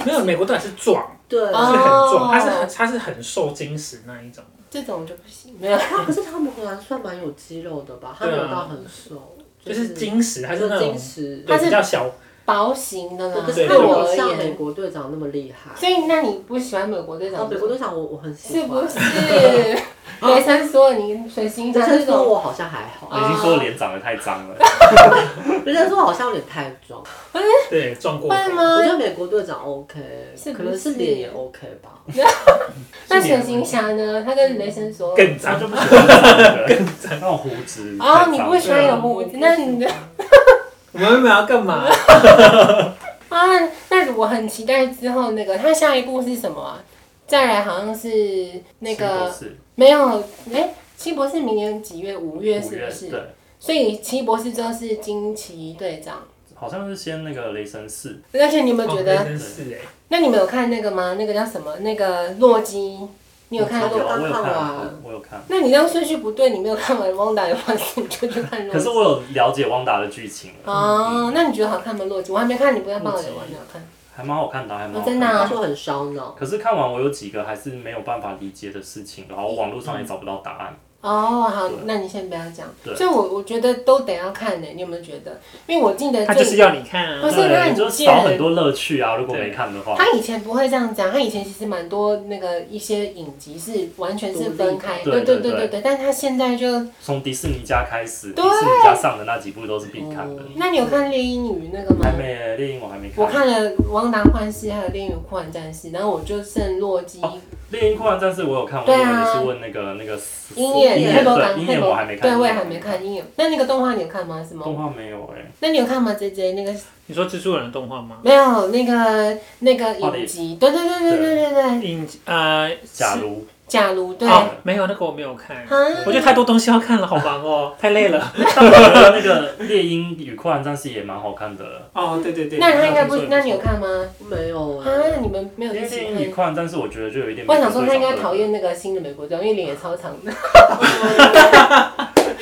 Speaker 2: 没有，美国队长是壮，
Speaker 3: 对。
Speaker 2: 他是很壮，
Speaker 1: 哦嗯
Speaker 2: 他是很他是很受精实那一种。
Speaker 1: 这种我就不行，没有。
Speaker 3: 他可是汤姆荷兰算蛮有肌肉的吧？他没有到很瘦，
Speaker 2: 啊就是
Speaker 3: 是
Speaker 2: 金石，还是那
Speaker 3: 金
Speaker 2: 种
Speaker 3: 石，
Speaker 1: 它
Speaker 2: 对
Speaker 1: 是
Speaker 2: 比较小
Speaker 1: 薄型的啦，
Speaker 3: 可
Speaker 2: 对
Speaker 1: 对
Speaker 3: 是他
Speaker 1: 我
Speaker 3: 不
Speaker 1: 而
Speaker 3: 像美
Speaker 1: 言。
Speaker 3: 国队长那么厉害。
Speaker 1: 所以，那你不喜欢美国队
Speaker 3: 啊，
Speaker 1: 长？
Speaker 3: 美国队长我我很喜
Speaker 1: 是不
Speaker 3: 欢，
Speaker 1: 是？ 雷神索尔，你随心
Speaker 3: 人
Speaker 1: 讲
Speaker 3: 生
Speaker 1: 这
Speaker 3: 说
Speaker 1: 种。
Speaker 3: 我好像还好，
Speaker 1: 啊
Speaker 4: 已经说脸长得太脏了，
Speaker 3: 人生说我好像有点太壮。
Speaker 2: 对，撞过头
Speaker 1: 会
Speaker 3: 我
Speaker 1: 吗？
Speaker 3: 觉得美国队长 OK，
Speaker 1: 嗯是不是嗯
Speaker 3: 可能是脸也 OK 吧。
Speaker 1: 那水行侠呢？他跟雷神索尔
Speaker 2: 更
Speaker 4: 他
Speaker 2: 脏
Speaker 4: 就。不喜欢脏的，那种胡子
Speaker 1: 啊，
Speaker 4: 太
Speaker 1: 你
Speaker 4: 脏
Speaker 1: 不喜欢有胡子？那你的
Speaker 2: 我们没有要干嘛？
Speaker 1: 啊，那我很期待之后那个他下一步是什么啊？再来好像是那
Speaker 4: 是
Speaker 1: 个
Speaker 4: 不是
Speaker 1: 没有哎，七博士明年几月？五月
Speaker 4: 五
Speaker 1: 是
Speaker 4: 月
Speaker 1: 不是？
Speaker 4: 对，
Speaker 1: 所以七博士就是惊奇队长。
Speaker 4: 好像是先那个雷神四，
Speaker 1: 而且你有没有觉
Speaker 2: 哦
Speaker 1: 得？
Speaker 2: 真是哎，
Speaker 1: 那你们有看那个吗？那个叫什么？那个洛基，你有看
Speaker 4: 有
Speaker 1: 过？
Speaker 3: 我
Speaker 4: 我有
Speaker 3: 刚看
Speaker 4: 看
Speaker 3: 完，
Speaker 4: 我有看。
Speaker 1: 那你这样顺序不对，你没有看完《汪达》的话，你就去看《洛基》。
Speaker 4: 可是我有了解汪达的剧情了，
Speaker 1: 哦，那你觉得好看吗？洛基，我还没看，你不要爆雷，我还没有看。
Speaker 4: 还蛮好看的，还蛮好
Speaker 1: 哦
Speaker 4: 看
Speaker 1: 真
Speaker 4: 的
Speaker 1: 的
Speaker 3: 他
Speaker 1: 啊
Speaker 3: 说很烧脑，
Speaker 4: 可是看完我有几个还是没有办法理解的事情，然后网络上也找不到答案。
Speaker 1: 哦，好
Speaker 4: 对，
Speaker 1: 那你先不要讲。
Speaker 4: 对
Speaker 1: 所以我我觉得都得要看呢、你有没有觉得？因为我记得
Speaker 2: 他
Speaker 1: 最
Speaker 2: 就是要你看
Speaker 1: 不
Speaker 2: 啊
Speaker 1: 是。那
Speaker 4: 对，
Speaker 1: 很
Speaker 4: 你就
Speaker 1: 贱
Speaker 4: 少很多乐趣啊！如果没看的话，
Speaker 1: 他以前不会这样讲，他以前其实蛮多那个一些影集是完全是分开，
Speaker 4: 独立
Speaker 1: 对
Speaker 4: 的
Speaker 1: 对
Speaker 4: 对
Speaker 1: 对对对。但他现在就，
Speaker 4: 从迪士尼家开始，迪
Speaker 1: 对
Speaker 4: 士尼家上的那几部都是必看的。
Speaker 1: 那你有看《猎鹰女》那个吗
Speaker 4: 还？没猎鹰我还没
Speaker 1: 我看
Speaker 4: 看，
Speaker 1: 了《汪达幻视》还有《猎鹰与酷玩战士》，然后我就剩洛基。
Speaker 4: 哦猎鹰酷玩战士我有看，我
Speaker 1: 对
Speaker 4: 以为
Speaker 1: 啊
Speaker 4: 你是问那个那个
Speaker 1: 鹰眼，
Speaker 4: 鹰
Speaker 1: 你
Speaker 4: 眼
Speaker 1: 黑博
Speaker 4: 对
Speaker 1: 感，
Speaker 4: 鹰
Speaker 1: 黑
Speaker 4: 眼
Speaker 1: 博
Speaker 4: 我还没看，
Speaker 1: 对，我也还没。看鹰眼。那那个动画你有看吗？什
Speaker 4: 动
Speaker 1: 么？
Speaker 4: 画没有哎，
Speaker 1: 那你有看吗？J J 那个
Speaker 2: 你说蜘蛛人的动画吗？
Speaker 1: 没有那个那个
Speaker 4: 画的
Speaker 1: 影集，对对对对对对对。
Speaker 2: 影呃，
Speaker 4: 假如
Speaker 1: 假如啊对，
Speaker 2: 哦，没有那个我没有看，
Speaker 1: 啊
Speaker 2: 我觉得太多东西要看了，好 忙哦，太累了。
Speaker 4: 那个猎鹰与酷玩战士也蛮好看的，
Speaker 2: 哦，对对对。
Speaker 1: 那他应该不
Speaker 2: 没错，
Speaker 1: 那你有？看吗？
Speaker 3: 没有
Speaker 1: 啊，
Speaker 3: 哎、
Speaker 1: 那你们没
Speaker 4: 因
Speaker 1: 有
Speaker 4: 为
Speaker 1: 一
Speaker 4: 猎鹰与
Speaker 1: 起
Speaker 4: 酷玩战士我觉得就有一点
Speaker 1: 看？
Speaker 4: 美
Speaker 1: 我
Speaker 4: 国
Speaker 1: 想说
Speaker 4: 队长的。
Speaker 1: 他应该讨厌那个新的美国队长，因为脸也超长的。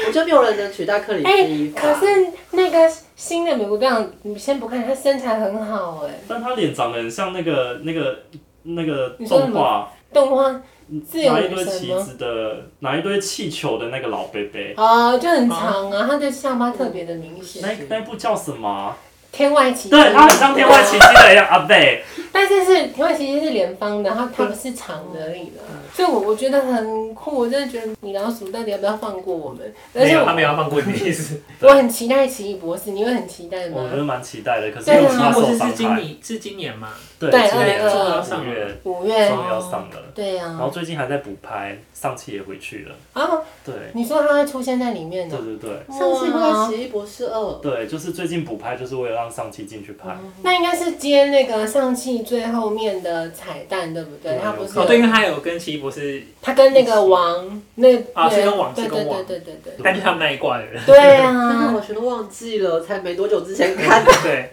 Speaker 3: 我觉得没有人能取代克里斯伊
Speaker 1: 哎可
Speaker 3: 法。
Speaker 1: 是那个新的美国队长，你先不看，他身材很好哎。
Speaker 4: 但他脸长得很像那个那个那个
Speaker 1: 你说什
Speaker 4: 动
Speaker 1: 么
Speaker 4: 画，
Speaker 1: 动画自由
Speaker 4: 拿一
Speaker 1: 女
Speaker 4: 堆
Speaker 1: 神
Speaker 4: 旗
Speaker 1: 吗？
Speaker 4: 子的，拿一堆气球的那个老贝贝，
Speaker 1: 哦，就很长啊，他的下巴特别的明显。
Speaker 4: 那那部叫什么啊？
Speaker 1: 天外奇迹，
Speaker 4: 嗯对，他很像天外奇迹的一样，阿贝。
Speaker 1: 但是是天外奇迹是连方的，它它不是长的而已的，
Speaker 4: 嗯
Speaker 1: 所以我我觉得很酷，我真的觉得米老鼠到底要不要放过我们？而
Speaker 2: 没
Speaker 1: 且
Speaker 2: 有，他
Speaker 1: 我
Speaker 2: 没有放过你的 意思。
Speaker 1: 我很期待奇异博士，你会很期待
Speaker 4: 我觉
Speaker 1: 吗？
Speaker 4: 得蛮期待的，可是
Speaker 1: 对啊
Speaker 4: 因为
Speaker 2: 奇异
Speaker 4: 他
Speaker 2: 博
Speaker 4: 受
Speaker 2: 士
Speaker 4: 伤
Speaker 2: 是今
Speaker 4: 害，
Speaker 2: 年是今年嘛？
Speaker 4: 对，
Speaker 1: 对呃
Speaker 4: 今年
Speaker 1: 2022
Speaker 4: 五月
Speaker 1: 五
Speaker 4: 终
Speaker 1: 月，
Speaker 4: 于要上了，
Speaker 1: 对
Speaker 4: 然后
Speaker 1: 啊，
Speaker 4: 最近还在补拍，上期也回去了，
Speaker 1: 啊，
Speaker 4: 对，
Speaker 1: 你说它会出现在里面哦
Speaker 4: 对
Speaker 1: 呢？
Speaker 4: 对对。
Speaker 1: 哇
Speaker 3: 上次那个《奇异博士二》，
Speaker 4: 对，就是最近补拍，就是为了让上期进去拍。
Speaker 1: 那应该是接那个上汽最后面的彩蛋，对不对？
Speaker 4: 对
Speaker 1: 它不是
Speaker 4: 有
Speaker 2: 哦，
Speaker 4: 可
Speaker 2: 对，因
Speaker 1: 有
Speaker 2: 为他有跟奇异博士，
Speaker 1: 它跟那个王那
Speaker 2: 啊
Speaker 1: 对
Speaker 2: 是跟王
Speaker 1: 对
Speaker 2: 是
Speaker 1: 对
Speaker 2: 跟
Speaker 1: 对
Speaker 2: 王
Speaker 1: 对 对对
Speaker 2: 但是他们那一挂的人。
Speaker 1: 对
Speaker 3: 但是
Speaker 1: 啊，
Speaker 3: 我全都忘记了，才没多久之前
Speaker 1: 嗯
Speaker 3: 看。
Speaker 2: 对，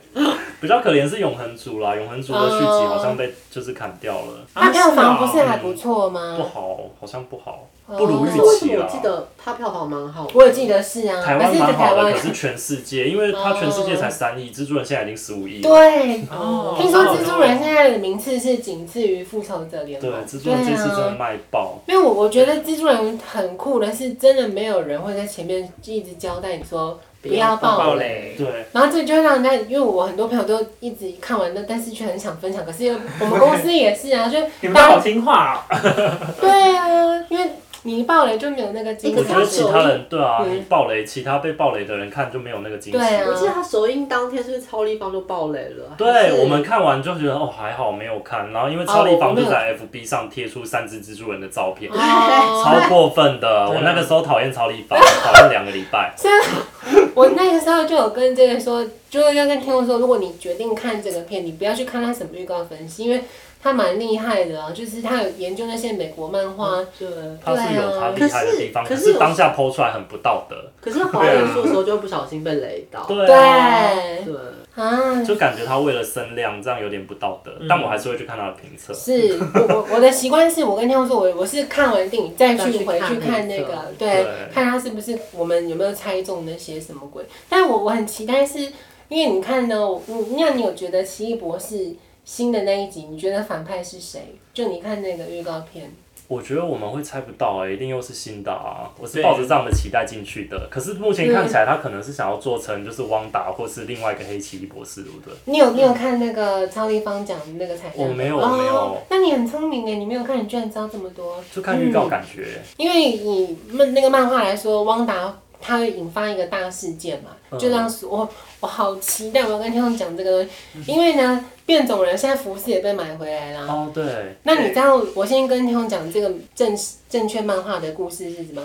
Speaker 4: 比较可怜是永恒族啦，永恒族的续集好像
Speaker 1: 嗯
Speaker 4: 被就是砍掉了，
Speaker 1: 那票房不是
Speaker 2: 啊
Speaker 1: 还不错吗
Speaker 4: 不？好，好像不好，嗯不如
Speaker 1: 哦
Speaker 4: 预
Speaker 3: 可是为什
Speaker 4: 期
Speaker 3: 么
Speaker 4: 啦
Speaker 3: 我记得它票房蛮好的？
Speaker 1: 我也记得是啊，
Speaker 4: 台
Speaker 1: 可
Speaker 4: 湾
Speaker 1: 是
Speaker 4: 蛮
Speaker 1: 台
Speaker 4: 好的，
Speaker 1: 湾嗯
Speaker 4: 可是全世界，因为它全世界才三亿，蜘蛛人现在已经十五亿了。
Speaker 1: 对。
Speaker 2: 哦
Speaker 1: 听说蜘蛛人现在的名次是仅次于复仇者联
Speaker 4: 对，
Speaker 1: 盟，
Speaker 4: 蜘蛛人这次真的
Speaker 1: 啊。
Speaker 4: 卖爆。
Speaker 1: 因为我我觉得蜘蛛人很酷的是，真的没有人会在前面一直交代你说不要
Speaker 2: 爆
Speaker 1: 爆雷，
Speaker 2: 雷，
Speaker 4: 对，
Speaker 1: 然后这就会让人家，因为我很多朋友都一直看完了，但是却很想分享，可是又我们公司也是啊，就
Speaker 2: 你们都好听话哦。
Speaker 1: 对啊，因为你一爆雷就没有那个惊
Speaker 3: 欸
Speaker 4: 我
Speaker 3: 可
Speaker 4: 觉
Speaker 3: 是
Speaker 1: 喜
Speaker 4: 得其他人对啊，
Speaker 1: 嗯
Speaker 4: 你爆雷，其他被爆雷的人看就没有那个惊喜。
Speaker 1: 对啊
Speaker 3: 我记得它首映当天是不是超立方就爆雷了？还
Speaker 4: 对
Speaker 3: 是
Speaker 4: 我们看完就觉得哦还好没有看，然后因为超立
Speaker 1: 哦我
Speaker 4: 方
Speaker 1: 没
Speaker 4: 就
Speaker 1: 有
Speaker 4: 在 FB 上贴出三只蜘蛛人的照片，
Speaker 1: 哦
Speaker 4: 超过分的。
Speaker 2: 对啊
Speaker 4: 我那个时候讨厌超立方，讨厌两个礼拜。
Speaker 1: 所以，我那个时候就有跟这个说，就是要跟天佑说，如果你决定看这个片，你不要去看他什么预告分析，因为他蛮厉害的啊，就是他有研究那些美国漫画，
Speaker 3: 对。
Speaker 4: 他是有他
Speaker 1: 对
Speaker 4: 厉害的地方，
Speaker 3: 可
Speaker 4: 可
Speaker 3: 是
Speaker 4: 是
Speaker 3: 可是有
Speaker 4: 当下剖出来很不道德。
Speaker 3: 可是滑元素的时候就会不小心被雷到。
Speaker 4: 啊对
Speaker 1: 对
Speaker 4: 啊，
Speaker 3: 对，
Speaker 1: 啊，
Speaker 4: 就感觉他为了声量这样有点不道德，但我还是会去看他的评测。
Speaker 1: 是我我我的习惯是我跟天佑说，我我是看完电影再去回去看那个，对
Speaker 4: 对，
Speaker 1: 看他是不是我们有没有猜中那些什么鬼，但我我很期待是，因为你看呢，我你那你有觉得奇异博士新的那一集，你觉得反派是谁？就你看那个预告片。
Speaker 4: 我觉得我们会猜不到哎、一定又是新的啊！我是
Speaker 2: 对
Speaker 4: 抱着这样的期待进去的，可是目前看起来他可能是想要做成就是汪达或是另外一个黑奇异博士，对不对？
Speaker 1: 你有你有看那个超立方奖的那个彩蛋吗？
Speaker 4: 我没有
Speaker 1: 哦
Speaker 4: 我没有
Speaker 1: 那你很聪明哎，你没有看，你居然知道这么多。
Speaker 4: 就看预告感觉，
Speaker 1: 因为以漫那个漫画来说，汪达它会引发一个大事件嘛，
Speaker 4: 嗯
Speaker 1: 就让我我好期待，我要跟听众讲这个东西。因为呢，变种人现在服饰也被买回来啦。
Speaker 4: 哦对，
Speaker 1: 那你知道我先跟听众讲这个正正确漫画的故事是什么？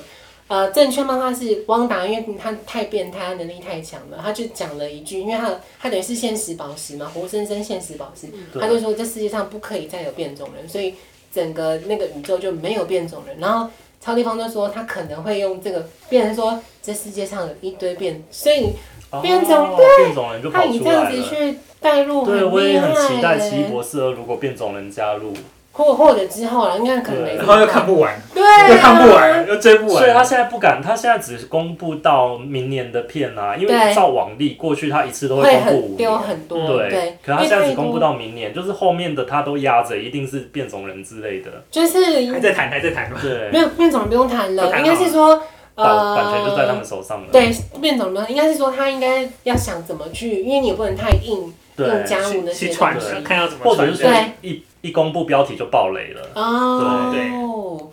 Speaker 1: 呃，正确漫画是汪达，因为他太变态，他能力太强了，他就讲了一句，因为他他等于是现实宝石嘛，活生生现实宝石，
Speaker 4: 对啊
Speaker 1: 他就说这世界上不可以再有变种人，所以整个那个宇宙就没有变种人。然后超立方就说他可能会用这个变成说这世界上有一堆变，所以
Speaker 4: 哦
Speaker 1: 变种
Speaker 4: 变种人就
Speaker 1: 他
Speaker 4: 跑
Speaker 1: 以
Speaker 4: 出
Speaker 1: 这样
Speaker 4: 来
Speaker 1: 子
Speaker 4: 了。
Speaker 1: 去带入
Speaker 4: 对，我
Speaker 1: 厉
Speaker 4: 也
Speaker 1: 害、
Speaker 4: 很
Speaker 1: 欸。
Speaker 4: 期待奇异博士二如果变种人加入，
Speaker 1: 或或者之后了，应该可能没
Speaker 4: 对啊
Speaker 2: 然后又看不完，啊
Speaker 1: 对、啊
Speaker 2: 又看不完，又追不
Speaker 4: 所以他
Speaker 2: 完。
Speaker 4: 现在不敢，他现在只公布到明年的片啊，因为
Speaker 1: 对
Speaker 4: 照往例，过去他一次都
Speaker 1: 会
Speaker 4: 公布
Speaker 1: 很
Speaker 4: 五
Speaker 1: 丢
Speaker 4: 年。
Speaker 1: 很多，
Speaker 4: 对，
Speaker 1: 对，
Speaker 4: 可是他现在只公布
Speaker 1: 到
Speaker 4: 到明年，就是后面的他都压着，一定是变种人之类的。
Speaker 1: 就是
Speaker 2: 还在谈，还在谈嘛。
Speaker 4: 对，
Speaker 1: 没有变种人不用谈
Speaker 2: 不
Speaker 1: 了，
Speaker 2: 谈
Speaker 1: 应
Speaker 2: 了
Speaker 1: 该是说
Speaker 4: 版
Speaker 1: 呃
Speaker 4: 版权就在他们手上了。
Speaker 1: 对变种人应该是说他应该要想怎么去，因为你也不能太硬硬
Speaker 4: 对，
Speaker 1: 加入那
Speaker 2: 去
Speaker 1: 些
Speaker 2: 去串
Speaker 1: 东西，
Speaker 2: 看要怎么
Speaker 4: 或
Speaker 2: 串
Speaker 4: 者
Speaker 2: 的。
Speaker 4: 是说
Speaker 1: 对
Speaker 4: 一一公布标题就爆雷了。
Speaker 1: 哦，
Speaker 2: 对对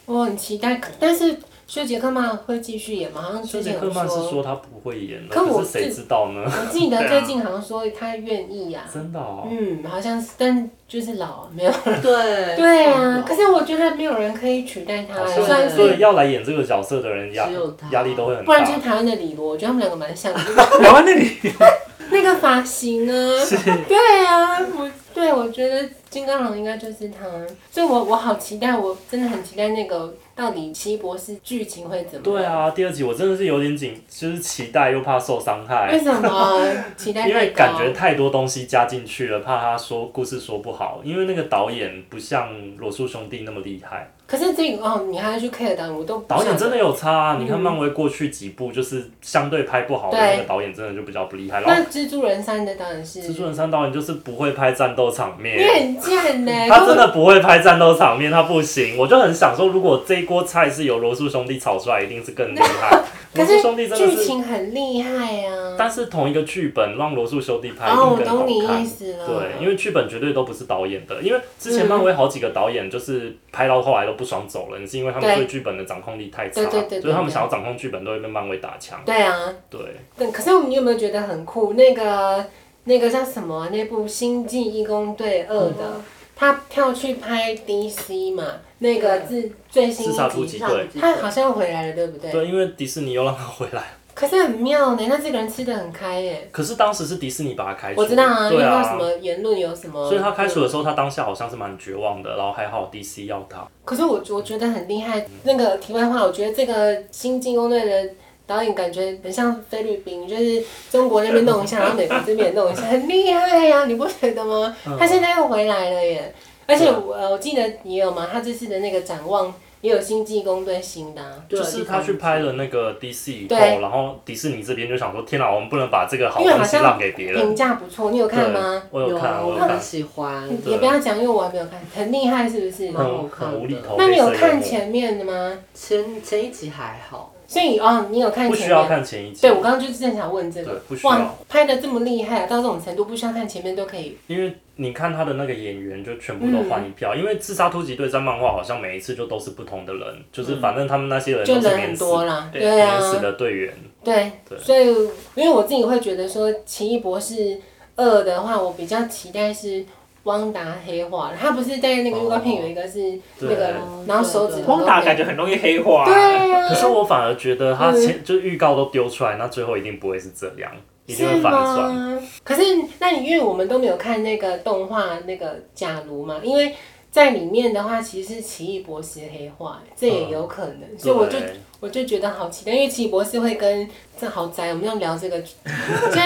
Speaker 1: 我很期待，但是休杰克曼会继续演吗？好像
Speaker 4: 休
Speaker 1: 之
Speaker 4: 杰
Speaker 1: 前
Speaker 4: 克
Speaker 1: 有
Speaker 4: 曼是
Speaker 1: 说，
Speaker 4: 说他不会演了，
Speaker 1: 可我
Speaker 4: 可是谁知道呢？
Speaker 1: 我记得
Speaker 2: 对啊
Speaker 1: 最近好像说他愿意呀、
Speaker 4: 真的哦，
Speaker 1: 嗯，好像是，但就是老没有。
Speaker 3: 对
Speaker 1: 对啊，可是我觉得没有人可以取代他，
Speaker 4: 好
Speaker 1: 哎
Speaker 4: 像
Speaker 3: 对
Speaker 1: 算
Speaker 4: 所
Speaker 1: 是
Speaker 4: 以要来演这个角色的人压
Speaker 3: 只有他
Speaker 4: 压力都会很
Speaker 1: 不然就是
Speaker 4: 大。
Speaker 1: 台湾的李罗，我觉得他们两个蛮像的，
Speaker 2: 台啊湾那里
Speaker 1: 那个发型啊， 对啊，我对我觉得金刚狼应该就是他，所以我我好期待，我真的很期待那个到底奇异博士剧情会怎么？
Speaker 4: 对，啊，第二集我真的是有点紧，就是期待又怕受伤害
Speaker 1: 为，什 么期待太高？
Speaker 4: 因为感觉太多东西加进去了，怕他说故事说不好。因为那个导演不像罗素兄弟那么厉害，
Speaker 1: 可是这个哦，你还要去 care 导演，我都不
Speaker 4: 导演真
Speaker 1: 晓得
Speaker 4: 的有差、啊，
Speaker 1: 嗯
Speaker 4: 你看漫威过去几部就是相对拍不好的
Speaker 1: 对
Speaker 4: 那个导演，真的就比较不厉害。然后
Speaker 1: 那蜘蛛人三的导演是
Speaker 4: 蜘蛛人三导演就是不会拍战斗场
Speaker 1: 你
Speaker 4: 面，
Speaker 1: 很贱呢、
Speaker 4: 他真的不会拍战斗场面，他不行。我就很想说，如果这一锅菜是由罗素兄弟炒出来，一定是更厉害。
Speaker 1: 可
Speaker 4: 罗
Speaker 1: 是
Speaker 4: 素兄弟真的
Speaker 1: 剧
Speaker 4: 是，
Speaker 1: 情很厉害啊。
Speaker 4: 但是同一个剧本让罗素兄弟拍一
Speaker 1: 哦，
Speaker 4: 定
Speaker 1: 我
Speaker 4: 更好
Speaker 1: 懂你
Speaker 4: 看
Speaker 1: 意。思了。
Speaker 4: 对，因为剧本绝对都不是导演的，因为之
Speaker 1: 嗯
Speaker 4: 前漫威好几个导演就是拍到后来都不爽走人，是因为他们
Speaker 1: 对
Speaker 4: 对剧本的掌控力太差，
Speaker 1: 对对对对
Speaker 4: 所以他们
Speaker 1: 对
Speaker 4: 想要掌控剧本都会被漫威打枪。
Speaker 1: 对啊，
Speaker 4: 对，
Speaker 1: 对，可是你有没有觉得很酷？那个那个叫什么啊？那部《星际义工队二》
Speaker 4: 嗯
Speaker 1: 的，他跳去拍 DC 嘛，那个自最新
Speaker 4: 嗯自杀突
Speaker 1: 一
Speaker 4: 击
Speaker 1: 集，
Speaker 4: 队，
Speaker 1: 他好像回来了，对不对？
Speaker 4: 对，因为迪士尼又让他回来，
Speaker 1: 可是很妙呢，那这个人吃的很开耶。
Speaker 4: 可是当时是迪士尼把他开除，
Speaker 1: 我知道啊，因
Speaker 4: 对
Speaker 1: 为他什
Speaker 4: 啊，
Speaker 1: 么言论有什么，
Speaker 4: 所以他开除的时候，他当下好像是蛮绝望的，然后还好 DC 要他，
Speaker 1: 可是我我觉得很厉害。那个题外话，我觉得这个《新进攻队》的导演感觉很像菲律宾，就是中国那边弄一下，然后美国这边也弄一下，很厉害呀、你不觉得吗？
Speaker 4: 嗯
Speaker 1: 他现在又回来了耶！而且我呃我记得也有嘛，他这次的那个展望也有《星际攻队》新的、啊，
Speaker 3: 对
Speaker 4: 就
Speaker 3: 啊
Speaker 4: 是他去拍了那个 DC 以后，
Speaker 1: 对
Speaker 4: 然后迪士尼这边就想说，天哪，我们不能把这个好
Speaker 1: 因为好
Speaker 4: 东西
Speaker 1: 像
Speaker 4: 让给别
Speaker 1: 评
Speaker 4: 人。
Speaker 1: 价不错，你有看吗？啊
Speaker 4: 我有看，我
Speaker 3: 我
Speaker 4: 有看
Speaker 3: 很，喜欢，
Speaker 4: 对嗯
Speaker 1: 也不要讲，因为我还没有看，很厉害是不是？
Speaker 3: 蛮好
Speaker 4: 很
Speaker 3: 看的
Speaker 4: 很无厘头。
Speaker 1: 那你有
Speaker 4: 黑色幽默
Speaker 1: 看？前面的吗？
Speaker 3: 前前一集还好，
Speaker 1: 所以哦，你有看
Speaker 4: 不
Speaker 1: 前
Speaker 4: 需要
Speaker 1: 面？
Speaker 4: 看前一集。
Speaker 1: 对，我刚刚就是正想问这
Speaker 4: 对
Speaker 1: 个
Speaker 4: 不，需要
Speaker 1: 哇，拍的这么厉害，啊到这种程度不需要看前面都可以。
Speaker 4: 因为你看他的那个演员就全部都换一票，因为《自杀突击队》在漫画好像每一次就都是不同的人，就是反正他们那些人
Speaker 1: 嗯就
Speaker 4: 都是
Speaker 1: 人
Speaker 4: 免
Speaker 1: 很
Speaker 4: 死、
Speaker 1: 多啦，
Speaker 2: 对
Speaker 1: 对
Speaker 4: 免死
Speaker 1: 啊，
Speaker 4: 的队员。
Speaker 1: 对
Speaker 4: 对，
Speaker 1: 所以因为我自己会觉得说《奇异博士二》的话，我比较期待是汪达黑化，他不是在那个预告片有一个是那个
Speaker 4: 对，
Speaker 1: 然后手指
Speaker 3: 对
Speaker 2: 通达感觉很容易黑化。
Speaker 1: 对啊
Speaker 4: 可，是我反而觉得他前就预告都丢出来，那最后一定不会是这样， 一定
Speaker 1: 嗯是
Speaker 4: 会反转。
Speaker 1: 吗？可是，那你因为我们都没有看那个动画那个假如嘛，因为在里面的话，其实是奇异博士黑化，这也有可能，所以我就
Speaker 4: 对
Speaker 1: 我就觉得好期待，因为奇异博士会跟这豪宅，我们要聊这个， 因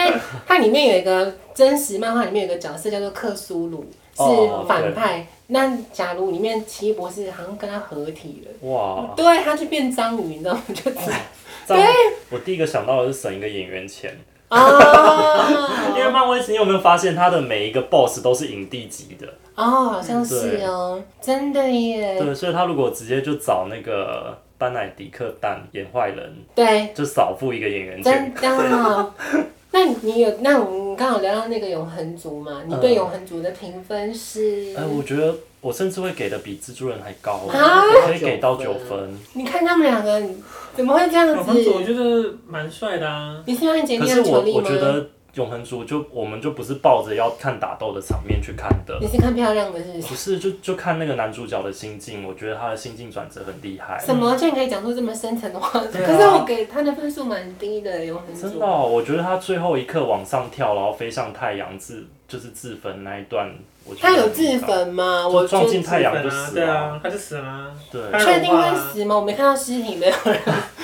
Speaker 1: 为它里面有一个真实漫画里面有一个角色叫做克苏鲁，
Speaker 4: 哦
Speaker 1: 是反派。那假如里面奇异博士好像跟他合体了。
Speaker 4: 哇，
Speaker 1: 嗯对，他就变章鱼，你知道吗？就
Speaker 4: 这样我第一个想到的是省一个演员钱，
Speaker 1: 哦
Speaker 4: 因为漫威，你有没有发现它的每一个 BOSS 都是影帝级的？
Speaker 1: 哦，好像是哦，真的耶，
Speaker 4: 对，所以他如果直接就找那个班乃迪克蛋演坏人，
Speaker 1: 对，
Speaker 4: 就少付一个演员钱。
Speaker 1: 嗯真的。哦那你有那我们刚好聊到那个永恒族嘛？你对永恒族的评分是？
Speaker 4: 哎、我觉得我甚至会给的比蜘蛛人还高，欸
Speaker 1: 啊
Speaker 4: 我可以给到九分。
Speaker 1: 你看他们两个怎么会这样
Speaker 2: 永恒组我
Speaker 1: 子？
Speaker 2: 觉得蛮帅的啊，
Speaker 1: 你是欢杰
Speaker 4: 可
Speaker 1: 尼亚
Speaker 4: 是我
Speaker 1: 裘
Speaker 4: 我
Speaker 1: 丽
Speaker 4: 觉
Speaker 1: 吗？
Speaker 4: 得永恒族就我们就不是抱着要看打斗的场面去看的，
Speaker 1: 你是看漂亮的是不是？
Speaker 4: 不是就就看那个男主角的心境，我觉得他的心境转折很厉害。
Speaker 1: 什么？竟然可以讲出这么深层的话？
Speaker 4: 嗯对啊
Speaker 1: 可是我给他的分数蛮低的，永恒
Speaker 4: 真
Speaker 1: 族
Speaker 4: 的。哦、我觉得他最后一刻往上跳，然后飞向太阳自就是自焚那一段，我觉得
Speaker 1: 他有
Speaker 4: 很
Speaker 1: 自
Speaker 4: 棒，
Speaker 1: 焚吗？
Speaker 4: 啊就
Speaker 1: 我
Speaker 4: 撞
Speaker 1: 觉得
Speaker 4: 进太阳
Speaker 2: 日本
Speaker 4: 就
Speaker 2: 啊，
Speaker 4: 死
Speaker 2: 对
Speaker 4: 了
Speaker 2: 啊，他就死了啊，
Speaker 4: 对，
Speaker 2: 他
Speaker 1: 确定
Speaker 2: 融化
Speaker 1: 会
Speaker 2: 啊
Speaker 1: 死吗？我没看到尸体，没有人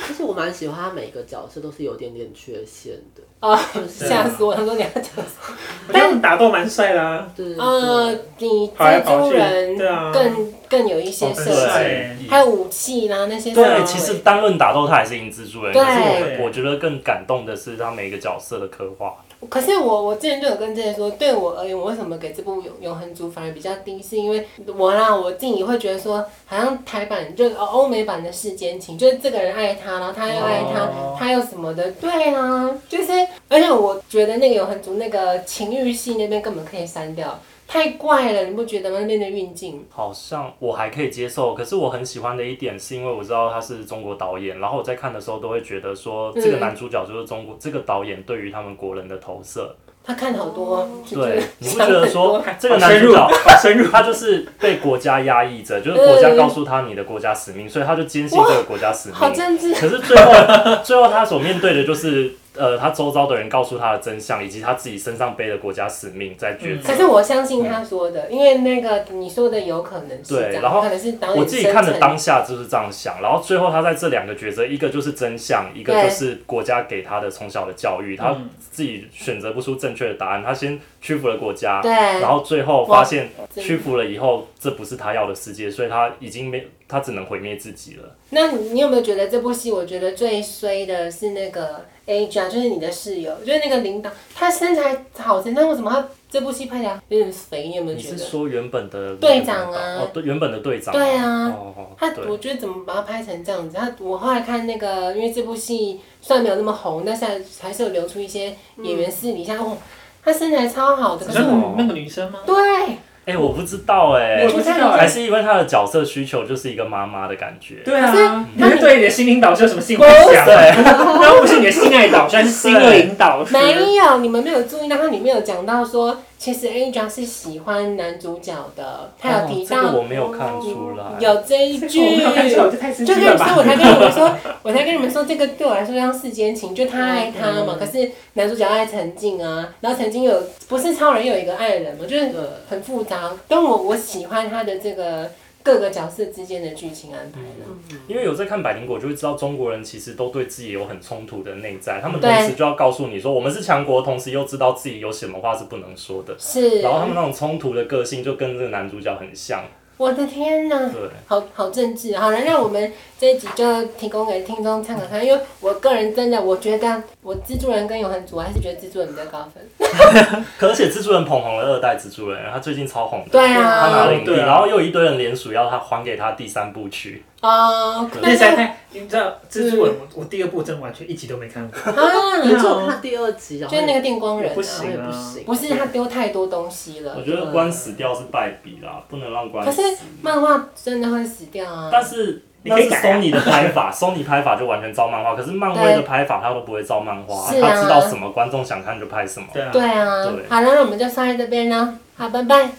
Speaker 3: 而且我蛮喜欢他每个角色都是有点点缺陷的，
Speaker 1: 啊，
Speaker 3: 就是
Speaker 1: 吓死我！他说你要讲什么，
Speaker 2: 我觉得他们打斗蛮帅的啊，
Speaker 3: 对对
Speaker 1: 呃
Speaker 3: 对，
Speaker 1: 比
Speaker 2: 跑来
Speaker 1: 蜘
Speaker 2: 跑
Speaker 1: 蛛
Speaker 2: 去，
Speaker 1: 人
Speaker 2: 对啊，
Speaker 1: 更更有一些
Speaker 4: 哦
Speaker 1: 设
Speaker 2: 很帅
Speaker 1: 计，
Speaker 2: 欸
Speaker 1: 还有武器啦那些设计。
Speaker 4: 对，其实单论打斗他还是赢蜘蛛人，
Speaker 1: 对
Speaker 4: 可是我
Speaker 2: 对
Speaker 4: 我觉得更感动的是他每个角色的刻画。
Speaker 1: 可是我我之前就有跟这些说，对我而言，我为什么给这部《永永恒族》反而比较低，是因为我啦我自己会觉得说，好像台版就呃欧美版的世间情，就是这个人爱他，然后他又爱他，
Speaker 4: 哦
Speaker 1: 他又什么的，对啊，就是而且我觉得那个永恒族那个情欲戏那边根本可以删掉，太怪了，你不觉得吗？那边的运镜，
Speaker 4: 好像我还可以接受，可是我很喜欢的一点是因为我知道他是中国导演，然后我在看的时候都会觉得说这个
Speaker 1: 嗯
Speaker 4: 男主角就是中国，这个导演对于他们国人的投射，
Speaker 1: 他看好多， 就觉
Speaker 4: 哦对
Speaker 1: 得，
Speaker 4: 你不觉得说这个男
Speaker 2: 深
Speaker 4: 主
Speaker 2: 入，
Speaker 4: 角
Speaker 2: 哎好深入，
Speaker 4: 他就是被国家压抑着，就是国家告诉他你的国家使命，所以他就坚信这个国家使
Speaker 1: 好
Speaker 4: 命。
Speaker 1: 政治，
Speaker 4: 可是最后，最后他所面对的就是，呃，他周遭的人告诉他的真相，以及他自己身上背的国家使命在抉择。
Speaker 2: 嗯
Speaker 1: 可是我相信他说的，因为那个你说的有可能是
Speaker 4: 对
Speaker 1: 这样，
Speaker 4: 然后
Speaker 1: 可能是导演
Speaker 4: 我自己看
Speaker 1: 深
Speaker 2: 嗯
Speaker 4: 的
Speaker 1: 层
Speaker 4: 当下就是这样想，然后最后他在这两个抉择，一个就是真相，一个
Speaker 1: 对
Speaker 4: 就是国家给他的从小的教育，他
Speaker 2: 嗯
Speaker 4: 自己选择不出正确的答案，他先屈服了国家，
Speaker 1: 对，
Speaker 4: 啊然后最后发现
Speaker 1: 真的
Speaker 4: 屈服了以后，这不是他要的世界，所以他已经没，他只能毁灭自己了。
Speaker 1: 那你你有没有觉得这部戏？我觉得最衰的是那个 Aja，就是你的室友，就是那个领导，他身材好成，但为什么他这部戏拍起来有点肥？你有没有
Speaker 4: 你
Speaker 1: 觉
Speaker 4: 是
Speaker 1: 得？
Speaker 4: 说原本的
Speaker 1: 队长啊
Speaker 4: 哦，对，原本的队长。
Speaker 1: 对啊
Speaker 4: 哦哦
Speaker 1: 他
Speaker 4: 对
Speaker 1: 我觉得怎么把它拍成这样子？他我后来看那个，因为这部戏虽然没有那么红，但是还还是有流出一些演员私底下，哦，他身材超好的，可
Speaker 2: 你
Speaker 1: 是
Speaker 2: 说
Speaker 4: 真的
Speaker 1: 我
Speaker 4: 吗
Speaker 2: 那那个女生吗？
Speaker 1: 对
Speaker 4: 哎、我不知道
Speaker 2: 我
Speaker 4: 哎、
Speaker 2: 也不知
Speaker 1: 我
Speaker 2: 道
Speaker 1: 看
Speaker 2: 哦
Speaker 4: 还
Speaker 2: 哎，
Speaker 4: 是因为他的角色需求就是一个妈妈的感觉。
Speaker 2: 对
Speaker 1: 可是
Speaker 2: 啊，你
Speaker 1: 那
Speaker 2: 会
Speaker 1: 你
Speaker 2: 对你的心灵导师有什么性幻想？啊
Speaker 4: 对，
Speaker 2: 那不是你的性爱导师，还是心灵导师？
Speaker 1: 没有，你们没有注意到，它里面有讲到说，其实 Aja 是喜欢男主角的，他有提
Speaker 4: 哦这个
Speaker 1: 到
Speaker 4: 我没有看出来。
Speaker 1: 有这一
Speaker 2: 这个 我
Speaker 1: 句
Speaker 2: 没。有看出来，我就太生
Speaker 1: 就
Speaker 2: 气
Speaker 1: 跟你
Speaker 2: 了
Speaker 1: 说，
Speaker 2: 吧？
Speaker 1: 我才跟你们说， 我才跟你们说，这个对我来说像世间情，就他爱他嘛，
Speaker 3: 嗯
Speaker 1: 可是男主角爱陈静啊，然后陈静有不是超人，又有一个爱人嘛，就是
Speaker 3: 对
Speaker 1: 很复杂。但我我喜欢他的这个各个角色之间的剧情安排了。
Speaker 4: 因为有在看《百灵果》，就会知道中国人其实都对自己有很冲突的内在，他们
Speaker 1: 对
Speaker 4: 同时就要告诉你说我们是强国，同时又知道自己有什么话是不能说的。
Speaker 1: 是
Speaker 4: 然，后他们那种冲突的个性就跟这个男主角很像，
Speaker 1: 我的天哪！
Speaker 4: 对，
Speaker 1: 好好政治，啊好了，那让我们这一集就提供给听众参考看，因为我个人真的，我觉得我蜘蛛人跟永恒族，我还是觉得蜘蛛人比较高分。
Speaker 4: 可而且蜘蛛人捧红了二代蜘蛛人，他最近超红的，
Speaker 1: 对
Speaker 4: 他拿
Speaker 1: 啊
Speaker 4: 了，影帝，
Speaker 2: 对啊
Speaker 4: 然后又有一堆人联署要他还给他第三部曲，
Speaker 1: 啊，
Speaker 2: 那
Speaker 1: 那
Speaker 2: 实在
Speaker 1: 那
Speaker 2: 太，你知道蜘蛛人，我我第二部真的完全一集都没看过，
Speaker 1: 啊，
Speaker 3: 你只有看第二集，然后
Speaker 1: 就是那个电光人
Speaker 2: 不
Speaker 1: 啊
Speaker 2: 行。
Speaker 3: 然后也不行，
Speaker 1: 不是他丢太多东西了
Speaker 4: 我，觉得官死掉是败笔啦，不能让官
Speaker 1: 可
Speaker 4: 死
Speaker 1: 是。漫画真的会死掉啊。
Speaker 4: 但是
Speaker 2: 你
Speaker 4: 那
Speaker 2: 可以
Speaker 4: 是
Speaker 2: 改啊
Speaker 4: Sony 的拍法，Sony 拍法就完全照漫画，可是漫威的拍法他都不会照漫画，
Speaker 1: 是啊
Speaker 4: 他知道什么观众想看就拍什么。
Speaker 2: 对啊，
Speaker 1: 对啊
Speaker 4: 对，
Speaker 1: 好了，那我们就上在这边了，好，拜拜。